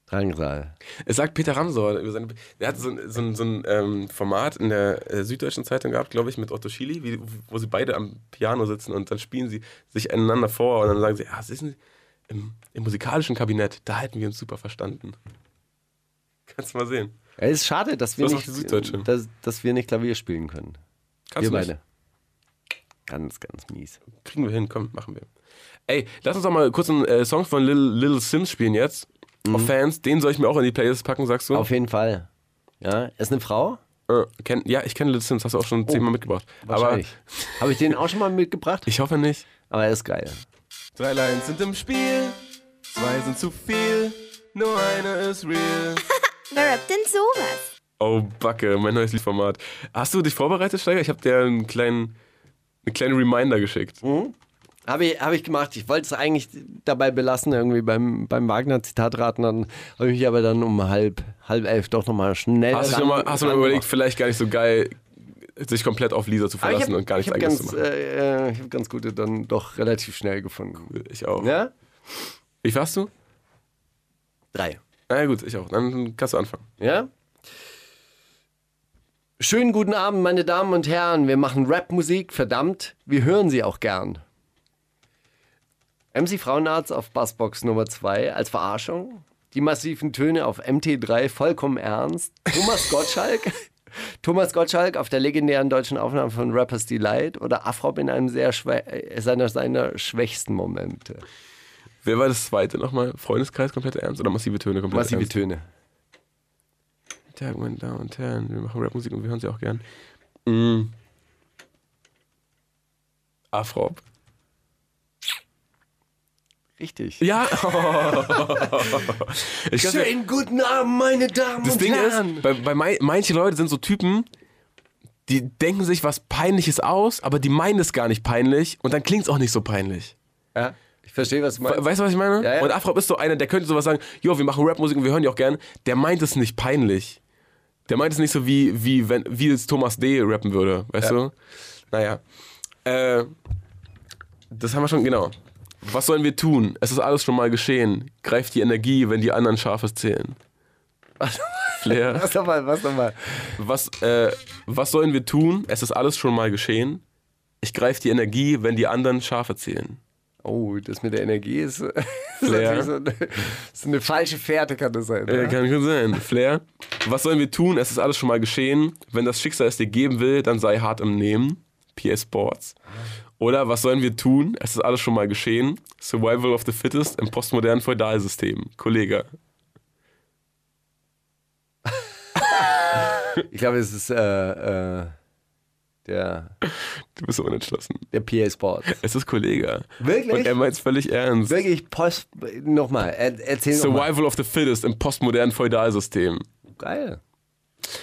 Drangsal.
Es sagt Peter Ramsauer über seine. Er hat so, ein- so, ein- so ein ähm, Format in der äh, Süddeutschen Zeitung gehabt, glaube ich, mit Otto Schily, wie, wo sie beide am Piano sitzen und dann spielen sie sich einander vor und dann sagen sie: Ja, es ist ein, im, im musikalischen Kabinett, da hätten wir uns super verstanden. Kannst du mal sehen.
Ja, Es ist schade, dass wir,
Das
nicht,
macht die Süddeutsche.
dass, dass wir nicht Klavier spielen können.
Kannst
wir
du
beide. Ganz, ganz mies.
Nicht. Kriegen wir hin, komm, machen wir. Ey, lass uns doch mal kurz einen äh, Song von Little, Little Sims spielen jetzt. Auf Fans, den soll ich mir auch in die Playlist packen, sagst du?
Mhm. Auf jeden Fall. Ja, ist eine Frau?
äh, kenn, ja, ich kenne Little Sims, hast du auch schon zehnmal mitgebracht. Aber
Oh, Wahrscheinlich. Habe ich den auch schon mal mitgebracht?
ich hoffe nicht.
Aber er ist geil.
Drei Lines sind im Spiel, zwei sind zu viel, nur eine ist real.
Wer rappt denn sowas?
Oh Backe, mein neues Liedformat. Hast du dich vorbereitet, Steiger? Ich habe dir einen kleinen, einen kleinen Reminder geschickt.
Habe ich, hab ich gemacht. Ich wollte es eigentlich dabei belassen, irgendwie beim, beim Wagner-Zitat raten. Dann habe ich mich aber dann um halb, halb elf doch nochmal schnell.
Hast du
ran-
schon mal, hast du mal
ran
überlegt,
gemacht.
vielleicht gar nicht so geil, sich komplett auf Lisa zu
Aber Ah, ich
verlassen
habe
und gar nichts
hab
eigenes
ganz,
zu machen?
äh, äh, ich habe ganz gute dann doch relativ schnell gefunden.
Ich auch.
äh, Ja?
Wie warst du?
Drei.
Na gut, ich auch. Dann kannst du anfangen.
Ja? Schönen guten Abend, meine Damen und Herren. Wir machen Rap-Musik, verdammt. Wir hören sie auch gern. MC Frauenarzt auf Bassbox Nummer 2 als Verarschung. Die massiven Töne auf MT3 vollkommen ernst. Thomas Gottschalk. Thomas Gottschalk auf der legendären deutschen Aufnahme von Rappers Delight oder Afrop in einem sehr schwä äh, seiner, seiner schwächsten Momente.
Wer war das zweite nochmal? Freundeskreis komplett ernst oder massive Töne komplett
Massive
ernst?
Töne.
Tag went downtown. Wir machen Rapmusik und wir hören sie auch gern. Mm. Afro.
Richtig.
Ja. ich glaub,
Schönen guten Abend, meine Damen
das
und
Ding
Herren.
ist, bei, bei mei- manche Leute sind so Typen, die denken sich was Peinliches aus, aber die meinen es gar nicht peinlich und dann klingt es auch nicht so peinlich.
ja, ich verstehe, was du
We
meinst.
weißt du, was ich meine?
Ja, ja.
Und Afrop ist so einer, der könnte sowas sagen, jo, wir machen Rapmusik und wir hören die auch gern. Der meint es nicht peinlich. Der meint es nicht so, wie, wie, wenn, wie es Thomas D. rappen würde, weißt du? Naja. Äh, das haben wir schon, genau. Was sollen wir tun? Es ist alles schon mal geschehen. Greift die Energie, wenn die anderen Schafes zählen. Flair.
Was nochmal, was nochmal.
Was, äh, was sollen wir tun? Es ist alles schon mal geschehen. Ich greife die Energie, wenn die anderen Schafe zählen.
Oh, das mit der Energie ist, ist
Flair.
natürlich so eine, so eine falsche Fährte, kann das sein.
Äh,
ne?
kann gut sein. Flair. Was sollen wir tun? Es ist alles schon mal geschehen. Wenn das Schicksal es dir geben will, dann sei hart im Nehmen. PS Sports. Oder was sollen wir tun? Es ist alles schon mal geschehen. Survival of the Fittest im postmodernen Feudalsystem. Kollege.
Ich glaube, es ist äh, äh, der,
Du bist so unentschlossen.
der PA Sport.
Es ist Kollege.
Wirklich?
Und er meint es völlig ernst.
Wirklich, Post. Nochmal, er, erzähl nochmal.
Survival of the Fittest im postmodernen Feudalsystem.
Geil.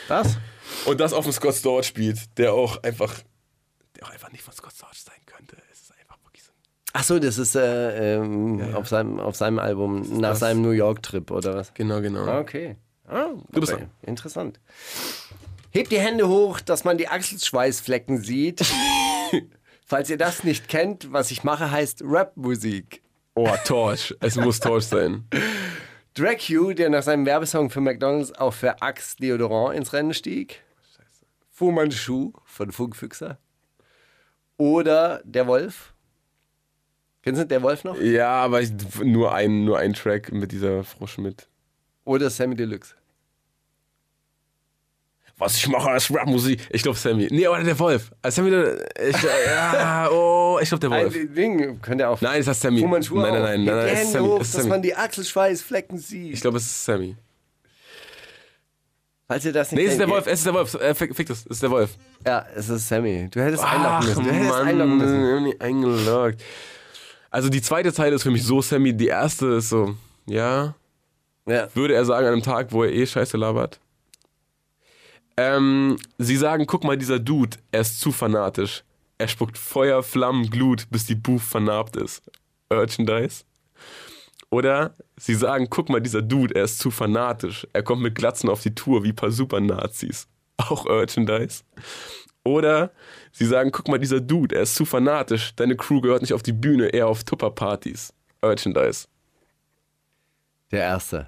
Das?
Und das auf dem Scott Storch spielt, der auch einfach, der auch einfach nicht von Scott Storch sein könnte. Es ist einfach wirklich so.
Achso, das ist äh, ähm, Auf, seinem, auf seinem Album, nach
das?
seinem New York-Trip oder was?
Genau, genau.
Okay. Ah,
Du bist
okay.
dran.
Interessant. Hebt die Hände hoch, dass man die Achselschweißflecken sieht. Falls ihr das nicht kennt, was ich mache, heißt Rapmusik.
Oh, Torch. Es muss Torch sein.
Drag Hugh, der nach seinem Werbesong für McDonalds auch für Axe Deodorant ins Rennen stieg. Fu Manchu von Funkfüchser. Oder Der Wolf. Kennst du Der Wolf noch?
Ja, aber ich, nur, ein, nur ein Track mit dieser Frau Schmidt.
Oder Sammy Deluxe.
Was ich mache, ist Rapmusik. Ich glaube, Sammy. Nee, oder der Wolf. Ah, Sammy, der- ich, ja, oh, ich glaube, der Wolf.
Ein Ding könnte auch.
Nein, ist das Sammy.
Fu Manchu
nein,
auch.
nein, nein, nein,
Hebt
nein,
die
es
Hände
ist Sammy.
hoch,
es ist
dass
Sammy.
man die Achselschweißflecken sieht.
Ich glaube, es ist Sammy.
Falls ihr das nicht
Nee, es ist der
kennt,
Wolf, es ist der Wolf. Äh, fick, fick das, es ist der Wolf.
Ja, es ist Sammy. Du hättest einloggen müssen. Du hättest einloggen müssen.
irgendwie eingeloggt. Also die zweite Zeile ist für mich so Sammy, die erste ist so, ja,
Ja.
würde er sagen an einem Tag, wo er eh Scheiße labert. Ähm, sie sagen, guck mal, dieser Dude, er ist zu fanatisch. Er spuckt Feuer, Flammen, Glut, bis die Buch vernarbt ist. Merchandise. Oder sie sagen, guck mal, dieser Dude, er ist zu fanatisch. Er kommt mit Glatzen auf die Tour wie ein paar Supernazis. Auch Merchandise. Oder sie sagen, guck mal, dieser Dude, er ist zu fanatisch. Deine Crew gehört nicht auf die Bühne, eher auf Tupperpartys. Merchandise.
Der Erste.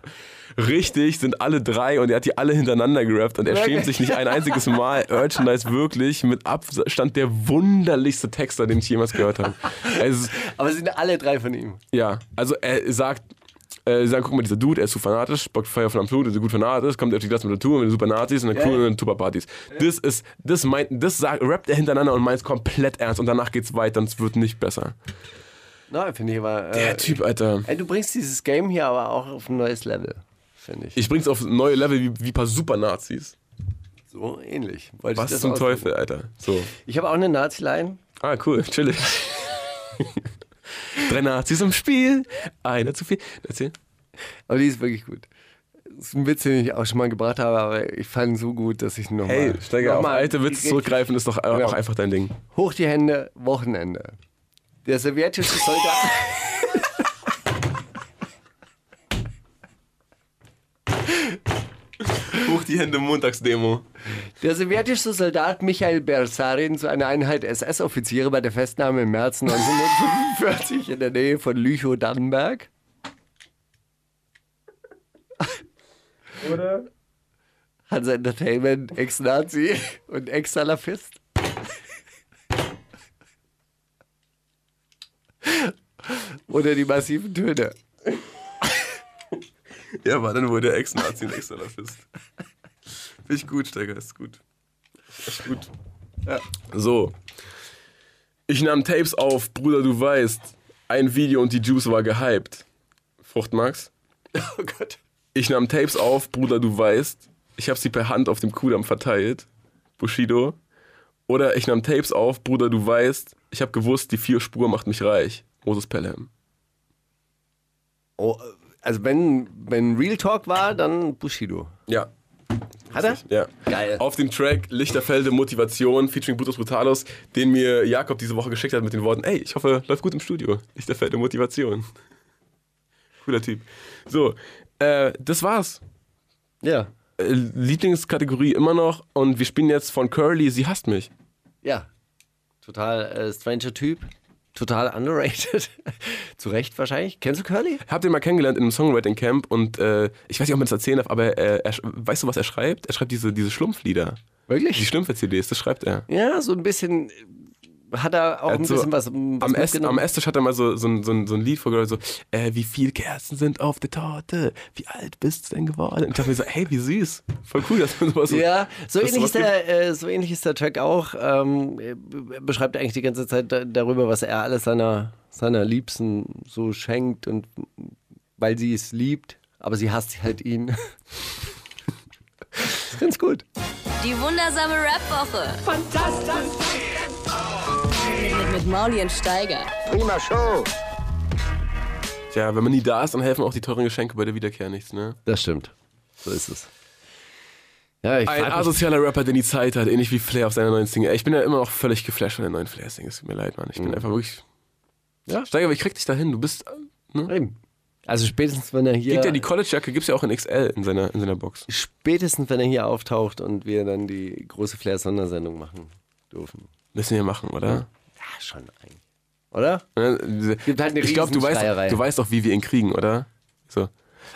Richtig, sind alle drei und er hat die alle hintereinander gerappt und er schämt sich nicht ein einziges Mal. Urchandise wirklich mit Abstand der wunderlichste Texter, den ich jemals gehört habe. Es ist,
Aber es sind alle drei von ihm.
ja, also er sagt, äh, sie sagen, guck mal, dieser Dude, er ist zu fanatisch, bockt Feuer von am Flut, ist so gut fanatisch, kommt auf die Klasse mit der Tour, mit den super Nazis und der Crew und Tupperpartys. Das ist, das meint, das sagt, rappt er hintereinander und meint es komplett ernst und danach geht's weiter und es wird nicht besser.
Nein, finde ich aber. Äh,
Der Typ, Alter.
ey, du bringst dieses Game hier aber auch auf ein neues Level, finde ich.
Ich bring's auf neue Level wie, wie ein paar super Nazis.
So ähnlich. Wollte ich
Was
das
zum
ausdrücken.
Teufel, Alter. So.
Ich habe auch eine Nazi-Line.
Ah, cool, chillig. Drei Nazis im Spiel, einer zu viel. Erzähl.
Aber die ist wirklich gut. Das ist ein Witz, den ich auch schon mal gebracht habe, aber ich fand ihn so gut, dass ich nochmal.
Hey, Steiger, auf alte Witze zurückgreifen ist doch auch
Ja.
einfach dein Ding.
Hoch die Hände, Wochenende. Der sowjetische Soldat.
Hoch die Hände, Montagsdemo.
Der sowjetische Soldat Michael Bersarin zu einer Einheit SS-Offiziere bei der Festnahme im März 1945 in der Nähe von Lüchow-Dannenberg. Oder? Hans Entertainment, Ex-Nazi und Ex-Salafist. Oder die massiven Töne.
Ja, war dann wohl der Ex-Nazi und Ex-Salafist. Finde ich gut, Steiger, ist gut. Ist gut. So. Ich nahm Tapes auf, Bruder, du weißt. Ein Video und die Juice war gehypt. Fruchtmax.
Oh Gott.
Ich nahm Tapes auf, Bruder, du weißt. Ich hab sie per Hand auf dem Kudamm verteilt. Bushido. Oder ich nahm Tapes auf, Bruder, du weißt. Ich hab gewusst, die vier Spur macht mich reich. Moses Pelham.
Oh, also wenn, wenn Real Talk war, dann Bushido.
Ja,
Hat er?
Ja.
Geil.
Auf dem Track Lichterfelde Motivation featuring Brutus Brutalos, den mir Jakob diese Woche geschickt hat mit den Worten: Ey, ich hoffe, läuft gut im Studio. Lichterfelde Motivation. Cooler Typ. So, äh, das war's.
Ja.
Äh, Lieblingskategorie immer noch und wir spielen jetzt von Curly, sie hasst mich.
Ja. Total äh, stranger Typ. Total underrated. Zu Recht wahrscheinlich. Kennst du Curly?
Hab den mal kennengelernt in einem Songwriting Camp und äh, ich weiß nicht, ob man das erzählen darf, aber äh, er, sch- weißt du, was er schreibt? Er schreibt diese, diese Schlumpflieder. Die
Wirklich?
Schlumpfe-CDs, das schreibt er.
Ja, so ein bisschen äh, hat er auch
Er
ein
hat so
bisschen was, hm, was
Also am, Ess, am
mitgenommen.
Esstisch hat er mal so, so, ein- so, ein- so ein Lied vorgehört, so, äh, wie viel Kerzen sind auf der Torte? Wie alt bist du denn geworden? Und ich dachte mir so, hey, wie süß. Voll cool, dass man sowas
Ja, so
dass
ähnlich, ist
sowas
der, äh, so ähnlich ist der Track auch. Ähm, äh, b- beschreibt eigentlich die ganze Zeit da- darüber, was er alles seiner, seiner Liebsten so schenkt und weil sie es liebt, aber sie hasst halt ihn. ist ganz gut.
Die wundersame Rap-Woche. Fantastisch. Mit, mit Mauli und Steiger.
Prima Show.
gibt. Tja, wenn man nie da ist, dann helfen auch die teuren Geschenke bei der Wiederkehr nichts, ne?
Das stimmt. So ist es. Ja, ich
Ein
frag mich,
asozialer Rapper, der die Zeit hat, ähnlich wie Flair auf seiner neuen Single. Ey, Ich bin ja immer noch völlig geflasht von der neuen Flair-Single. Es tut mir leid, Mann. Ich bin einfach wirklich...
Ja.
Mhm. Steiger, aber ich krieg dich dahin. Du bist... Ne?
Eben. Also spätestens wenn er hier
Kriegt ja die College-Jacke, gibt's ja auch in XL in seiner, in seiner Box.
spätestens wenn er hier auftaucht und wir dann die große Flair Sondersendung machen dürfen.
Müssen wir machen, oder?
Ja, schon eigentlich. Oder?
Ne, diese-
Gibt halt eine
ich glaube, du
Riesenschreierei.
weißt, du weißt auch, wie wir ihn kriegen, oder? So.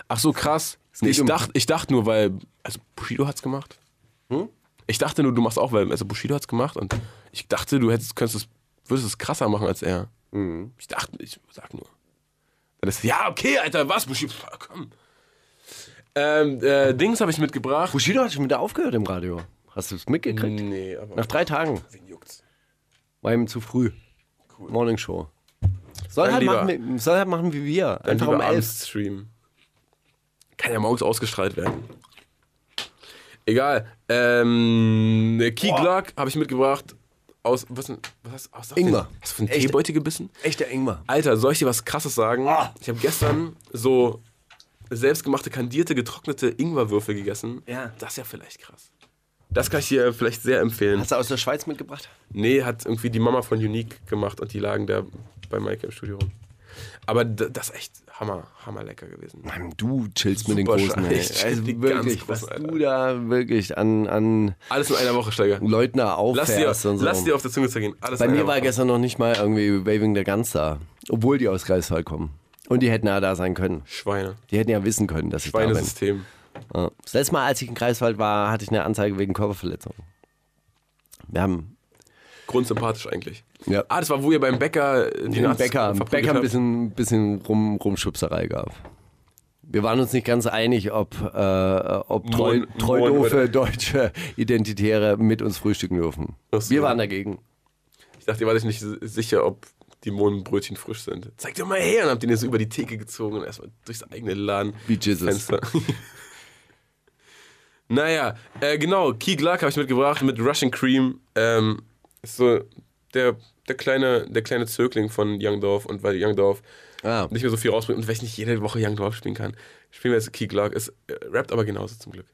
Ach so, krass. Nee,
geht
ich,
um-
dachte, ich dachte nur, weil. Also, Bushido hat's gemacht.
Hm?
Ich dachte nur, du machst auch, weil. Also, Bushido hat's gemacht und ich dachte, du hättest, könntest es, würdest es krasser machen als er.
Mhm.
Ich dachte, ich sag nur. Dann ist, ja, okay, Alter, was, Bushido? Pff, Komm. Ähm, äh, Dings habe ich mitgebracht.
Bushido hat schon wieder aufgehört im Radio. Hast du es mitgekriegt?
Nee, aber.
Nach drei Tagen.
wen juckt's?
War ihm zu früh. Morning Show. Soll
Dann
halt,
lieber-
machen, wie- soll halt machen wie wir.
Dann
Einfach
lieber
um elf.
abends streamen. Kann ja morgens ausgestrahlt werden. Egal. Ähm, eine Key Glock habe ich mitgebracht. Aus, was, denn- was hast, was hast
Ingwer.
Du, denn- hast du von
Echt?
Teebeutel gebissen?
Echter Engmer.
Alter, soll ich dir was Krasses sagen?
Ah.
Ich habe gestern so selbstgemachte, kandierte, getrocknete Ingwerwürfel gegessen.
Ja.
Das ist ja vielleicht krass. Das kann ich dir vielleicht sehr empfehlen.
Hast du aus der Schweiz mitgebracht?
Nee, hat irgendwie die Mama von Unique gemacht und die lagen da bei Mike im Studio rum. Aber d- das ist echt hammer, hammer lecker gewesen.
Mann, du chillst mit den
Super
Großen. Ey.
schlecht.
Also
Die ganz
wirklich, was
Großen, Alter.
du da wirklich an, an
Alles in einer Woche, Steiger.
Leuten da
Lass dir,
auffährst und so.
lass dir auf der Zunge zergehen. Alles
Bei
in
mir
einer
war
Woche.
gestern noch nicht mal irgendwie Waving der Guns da. Obwohl die aus Greifswald kommen. Und die hätten ja da sein können.
Schweine.
Die hätten ja wissen können, dass ich da bin.
Schweinesystem.
Ja. Das letzte Mal, als ich in Greifswald war, hatte ich eine Anzeige wegen Körperverletzung. Wir haben
Grundsympathisch eigentlich.
Ja.
Ah, das war, wo ihr beim Bäcker äh, die
den
Nazis
Bäcker,
verprügelt
Bäcker ein
habt.
bisschen, bisschen rum, Rumschubserei gab. Wir waren uns nicht ganz einig, ob, äh, ob treu,
Moin-
treu
Moin,
doofe
oder?
deutsche Identitäre mit uns frühstücken dürfen.
Ach so.
Wir waren dagegen.
Ich dachte, ihr wart euch nicht si- sicher, ob die Mohnbrötchen frisch sind. Zeig doch mal her und habt den jetzt so über die Theke gezogen und erstmal durchs eigene Laden.
Wie Jesus.
Fenster. naja, äh, genau, Key Gluck habe ich mitgebracht mit Russian Cream. Ähm, ist so der, der, kleine, der kleine Zögling von Young Dorf und weil Young Dorf
Ah,
nicht mehr so viel rausbringt und weil ich nicht jede Woche Young Dorf spielen kann, spielen wir jetzt Key Gluck. Es äh, rappt aber genauso zum Glück.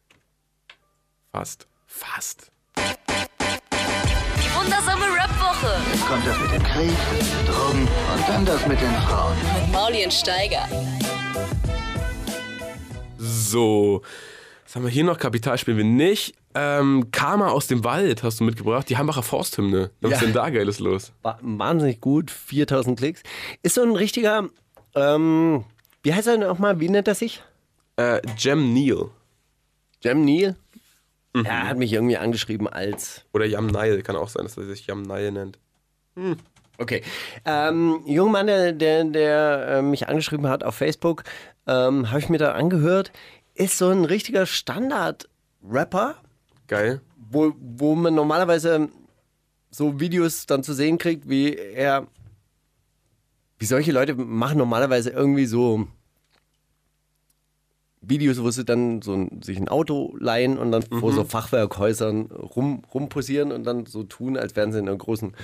Fast. Fast.
Die wundersame Rap-Woche.
Jetzt kommt das mit dem Krieg, Drogen und dann das mit den Frauen.
Mit Mauli und Steiger.
So. Was haben wir hier noch? Kapital spielen wir nicht. Ähm, Karma aus dem Wald hast du mitgebracht. Die Hambacher Forsthymne. Was ist
Ja.
denn da Geiles los?
wa- wahnsinnig gut, 4000 Klicks. Ist so ein richtiger, ähm, wie heißt er denn nochmal, wie nennt er sich?
Äh, Jem Neal.
Jam Neal? Mhm. Er hat mich irgendwie angeschrieben als
Oder Yam Nile, kann auch sein, dass er sich Yam Nile nennt.
Okay. Ähm, junger Mann, der, der, der äh, mich angeschrieben hat auf Facebook, ähm, habe ich mir da angehört, ist so ein richtiger Standard-Rapper,
Geil.
wo, wo man normalerweise so Videos dann zu sehen kriegt, wie er. Wie solche Leute machen normalerweise irgendwie so Videos, wo sie dann so ein, sich ein Auto leihen und dann vor so Fachwerkhäusern rum, rumposieren und dann so tun, als wären sie in einer großen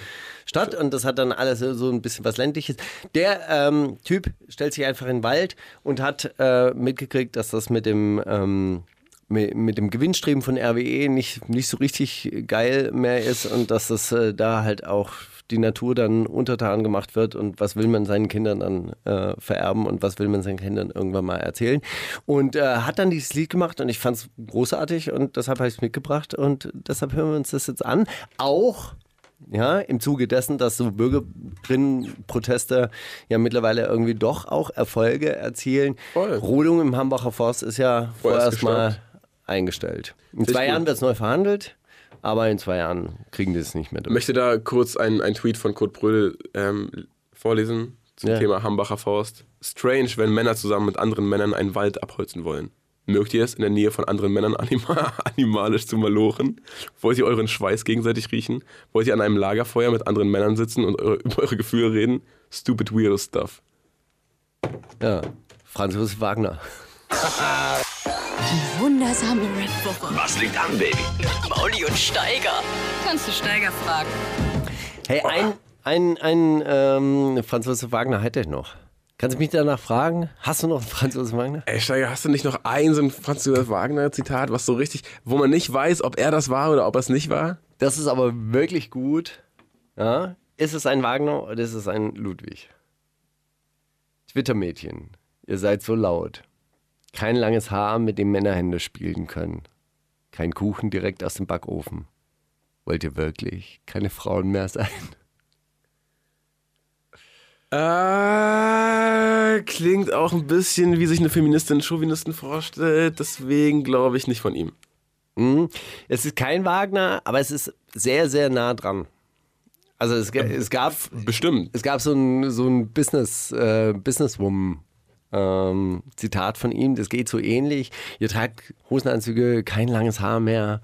Stadt. Und das hat dann alles so- so ein bisschen was ländliches. Der ähm, Typ stellt sich einfach in den Wald und hat äh, mitgekriegt, dass das mit dem ähm, mi- mit dem Gewinnstreben von RWE nicht, nicht so richtig geil mehr ist und dass das äh, da halt auch die Natur dann untertan gemacht wird und was will man seinen Kindern dann äh, vererben und was will man seinen Kindern irgendwann mal erzählen. Und äh, hat dann dieses Lied gemacht und ich fand es großartig und deshalb habe ich es mitgebracht und deshalb hören wir uns das jetzt an. Auch ja, im Zuge dessen, dass so Bürgerinnenproteste ja mittlerweile irgendwie doch auch Erfolge erzielen.
Voll.
Rodung im Hambacher Forst ist ja
Vorerst
vorerst mal
gestoppt.
eingestellt. In zwei
gut.
Jahren wird es neu verhandelt, aber in zwei Jahren kriegen die es nicht mehr
Ich
durch.
möchte da kurz einen, einen Tweet von Kurt Brödel ähm, vorlesen zum
Ja.
Thema Hambacher Forst. Strange, wenn Männer zusammen mit anderen Männern einen Wald abholzen wollen. Mögt ihr es, in der Nähe von anderen Männern anima animalisch zu malochen? Wollt ihr euren Schweiß gegenseitig riechen? Wollt ihr an einem Lagerfeuer mit anderen Männern sitzen und eure, über eure Gefühle reden? Stupid weirdo stuff.
Ja. Franz Josef Wagner.
Wundersame Rap-Woche. Was liegt an, Baby? Mit Mauli und Steiger. Kannst du Steiger fragen?
Hey, ein, ein, ein ähm, Franz Josef Wagner hätte ich noch. Kannst du mich danach fragen? Hast du noch einen Franz Josef Wagner?
Ey, Steiger, hast du nicht noch ein so ein Franz Josef Wagner Zitat, was so richtig, wo man nicht weiß, ob er das war oder ob er es nicht war?
Das ist aber wirklich gut. Ja? Ist es ein Wagner oder ist es ein Ludwig? Twitter-Mädchen, ihr seid so laut. Kein langes Haar, mit dem Männerhände spielen können. Kein Kuchen direkt aus dem Backofen. Wollt ihr wirklich keine Frauen mehr sein?
Äh, klingt auch ein bisschen, wie sich eine Feministin einen Chauvinisten vorstellt. Deswegen glaube ich nicht von ihm.
Hm? Es ist kein Wagner, aber es ist sehr, sehr nah dran. Also es, ge- es gab
Bestimmt.
es gab so ein, so ein Business, äh, Businesswoman. Ähm, Zitat von ihm, das geht so ähnlich. Ihr tragt Hosenanzüge, kein langes Haar mehr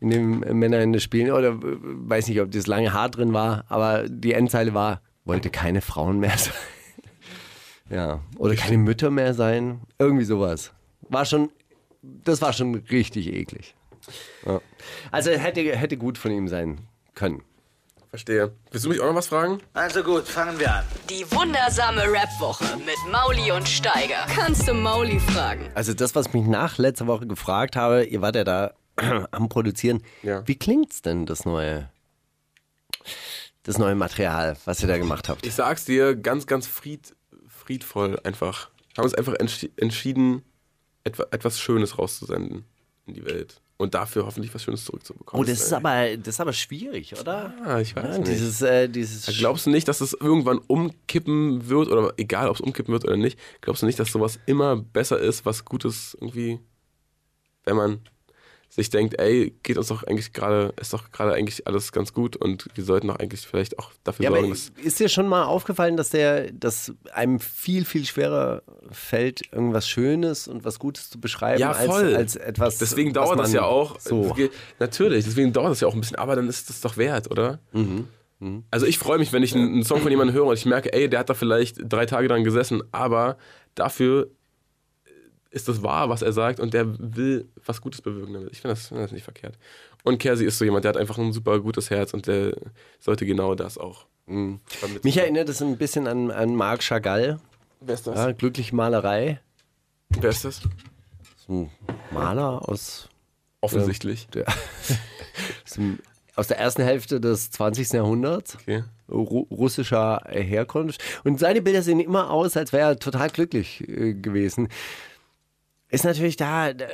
in dem äh, Männer in das Spielen. Oder äh, weiß nicht, ob das lange Haar drin war, aber die Endzeile war, wollte keine Frauen mehr sein. ja. Oder keine Mütter mehr sein. Irgendwie sowas. War schon, das war schon richtig eklig. Ja. Also hätte, hätte gut von ihm sein können.
Verstehe. Willst du mich auch noch was fragen?
Also gut, fangen wir an.
Die wundersame Rap-Woche mit Mauli und Steiger. Kannst du Mauli fragen?
Also das, was mich nach letzter Woche gefragt habe, ihr wart ja da am Produzieren.
Ja.
Wie klingt's denn, das neue, das neue Material, was ihr da gemacht habt?
Ich sag's dir, ganz, ganz fried, friedvoll einfach. Haben uns einfach entschi entschieden, etwa, etwas Schönes rauszusenden in die Welt. Und dafür hoffentlich was Schönes zurückzubekommen.
Oh, das ist aber, das ist aber schwierig, oder?
äh, Ah, ich weiß
Ja,
nicht.
dieses, äh, dieses.
Glaubst du nicht, dass es irgendwann umkippen wird oder egal, ob es umkippen wird oder nicht, glaubst du nicht, dass sowas immer besser ist, was Gutes irgendwie, wenn man sich denkt, ey, geht uns doch eigentlich gerade, ist doch gerade eigentlich alles ganz gut und wir sollten doch eigentlich vielleicht auch dafür
ja, aber
sorgen, dass
ist dir schon mal aufgefallen, dass der, dass einem viel viel schwerer fällt, irgendwas Schönes und was Gutes zu beschreiben
Ja, voll.
Als, als etwas.
Deswegen
was
dauert das
man
ja auch.
So.
Ge- Natürlich, deswegen dauert das ja auch ein bisschen, aber dann ist das doch wert, oder?
Mhm,
Also ich freue mich, wenn ich einen einen Song von jemandem höre und ich merke, ey, der hat da vielleicht drei Tage dran gesessen, aber dafür ist das wahr, was er sagt und der will was Gutes bewirken damit. Ich finde das, find das nicht verkehrt. Und Kersi ist so jemand, der hat einfach ein super gutes Herz und der sollte genau das auch.
Mhm.
vermitteln.
Mich erinnert es ein bisschen an, an Marc Chagall,
Wer ist das?
ja, glückliche Malerei.
Wer ist das?
Maler aus,
Offensichtlich.
der, aus, dem, aus der ersten Hälfte des 20. Jahrhunderts,
Okay.
ru russischer Herkunft. Und seine Bilder sehen immer aus, als wäre er total glücklich äh, gewesen. Ist natürlich da. da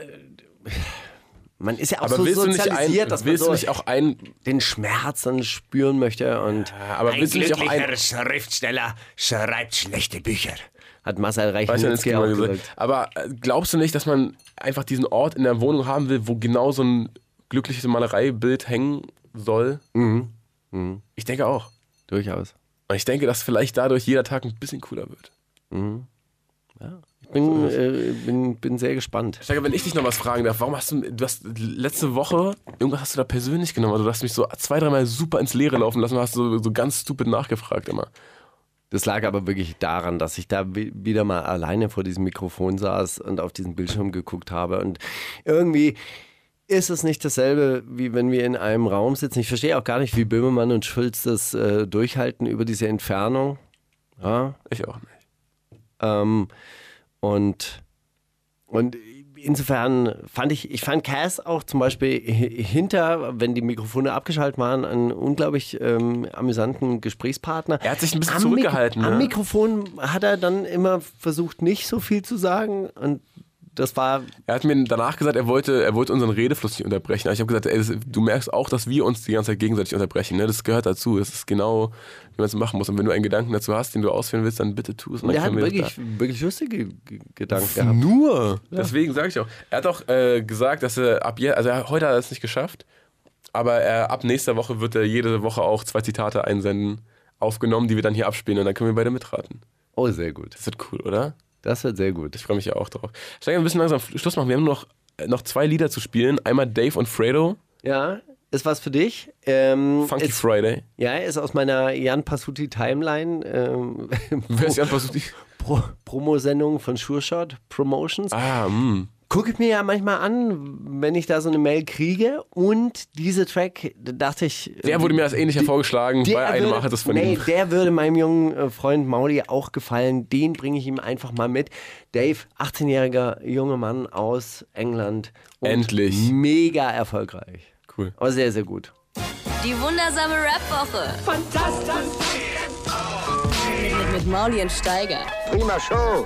man ist ja auch
Aber
so
willst du nicht,
sozialisiert,
ein,
dass man
willst du
so
nicht auch ein
den Schmerz dann spüren möchte. Und
Ja, aber willst du nicht auch ein-
Schriftsteller schreibt schlechte Bücher. Hat Marcel
Weiß ja nicht
Reichenowski auch
genau
gesagt.
gesagt. Aber äh, glaubst du nicht, dass man einfach diesen Ort in der Wohnung haben will, wo genau so ein glückliches Malereibild hängen soll? Ich denke auch.
Durchaus.
Und ich denke, dass vielleicht dadurch jeder Tag ein bisschen cooler wird.
Ich bin, äh, bin, bin sehr gespannt.
Steiger, wenn ich dich noch was fragen darf, warum hast du, du hast letzte Woche, irgendwas hast du da persönlich genommen, also du hast mich so zwei, dreimal super ins Leere laufen lassen und hast so, so ganz stupid nachgefragt immer.
Das lag aber wirklich daran, dass ich da wi- wieder mal alleine vor diesem Mikrofon saß und auf diesen Bildschirm geguckt habe. Und irgendwie ist es nicht dasselbe, wie wenn wir in einem Raum sitzen. Ich verstehe auch gar nicht, wie Böhmermann und Schulz das äh, durchhalten über diese Entfernung. Ja,
Ich auch nicht.
Ähm, und, und insofern fand ich, ich fand Cass auch zum Beispiel hi- hinter, wenn die Mikrofone abgeschaltet waren, einen unglaublich ähm, amüsanten Gesprächspartner.
Er hat sich ein bisschen
Am
zurückgehalten,
Mikro, Am
ne?
Mikrofon hat er dann immer versucht, nicht so viel zu sagen und das war
Er hat mir danach gesagt, er wollte, er wollte unseren Redefluss nicht unterbrechen. Aber ich habe gesagt, ey, das, du merkst auch, dass wir uns die ganze Zeit gegenseitig unterbrechen. Ne? Das gehört dazu. Das ist genau, wie man es machen muss. Und wenn du einen Gedanken dazu hast, den du ausführen willst, dann bitte tu es.
und er hat wirklich, wirklich lustige G- Gedanken gehabt.
Nur. Deswegen sage ich auch. Er hat auch äh, gesagt, dass er ab jetzt, also er, heute hat er es nicht geschafft, aber er, ab nächster Woche wird er jede Woche auch zwei Zitate einsenden, aufgenommen, die wir dann hier abspielen und dann können wir beide mitraten.
Oh, sehr gut.
Das wird cool, oder?
Das wird sehr gut.
Ich freue mich ja auch drauf. Steigen wir ein bisschen langsam Schluss machen. Wir haben noch, äh, noch zwei Lieder zu spielen. Einmal Dave und Fredo.
Ja, ist was für dich. Ähm,
Funky
ist,
Friday.
Ja, ist aus meiner Jan Passuti Timeline. Ähm,
Wer ist Jan Pasuti?
Pro Promosendung von Sureshot Promotions.
Ah, mh.
Gucke ich mir ja manchmal an, wenn ich da so eine Mail kriege. Und diese Track, da dachte ich.
Der wurde mir als ähnlicher vorgeschlagen bei einem hat das von
nee,
ihm.
der würde meinem jungen äh, Freund Mauli auch gefallen. Den bringe ich ihm einfach mal mit. Dave, 18-jähriger junger Mann aus England. Und
Endlich.
Mega erfolgreich.
Cool.
Aber sehr, sehr gut.
Die wundersame Rap-Woche. Fantastisch. Mit Mauli und Steiger.
Prima Show.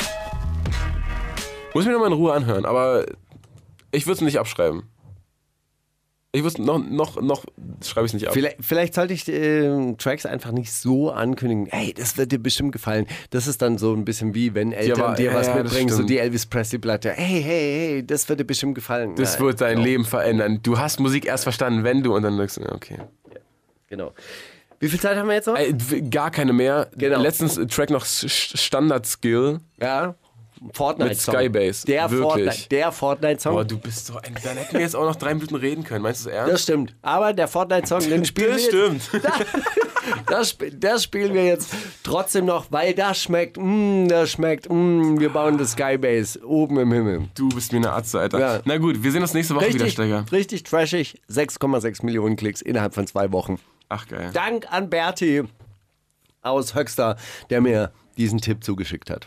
Muss ich mir nochmal in Ruhe anhören, aber ich würde es nicht abschreiben. Ich würde noch, noch, noch schreibe ich es nicht ab.
Vielleicht, vielleicht sollte ich ähm, Tracks einfach nicht so ankündigen. Hey, das wird dir bestimmt gefallen. Das ist dann so ein bisschen wie, wenn Eltern
aber-
dir
ja,
was
ja, das
mitbringen, so
stimmt.
die Elvis Presley-Platte. Hey, hey, hey, das wird dir bestimmt gefallen.
Das
Nein,
wird dein Leben verändern. Du hast Musik erst verstanden, wenn du und dann sagst du, ja, okay.
Genau. Wie viel Zeit haben wir jetzt noch?
Ey, w- Gar keine mehr.
Genau.
Letztens äh, Track noch S- S- Standard Skill.
Ja. Fortnite
Mit
Song.
Skybase,
Der
wirklich.
Fortnite, der Fortnite Song.
Boah, du bist so ein. Dann hätten wir jetzt auch noch drei Minuten reden können. Meinst du es
das
ernst?
stimmt. Aber der Fortnite Song, den spielen wir jetzt. Das, sp- das spielen wir jetzt trotzdem noch, weil das schmeckt, mm, das schmeckt, mm, wir bauen das Skybase oben im Himmel.
Du bist mir eine Atze, Alter.
Ja.
Na gut, wir sehen uns nächste Woche wieder,
Richtig,
Steiger.
richtig trashig. 6,6 Millionen Klicks innerhalb von zwei Wochen.
Ach, geil.
Dank an Berti aus Höxter, der mir diesen Tipp zugeschickt hat.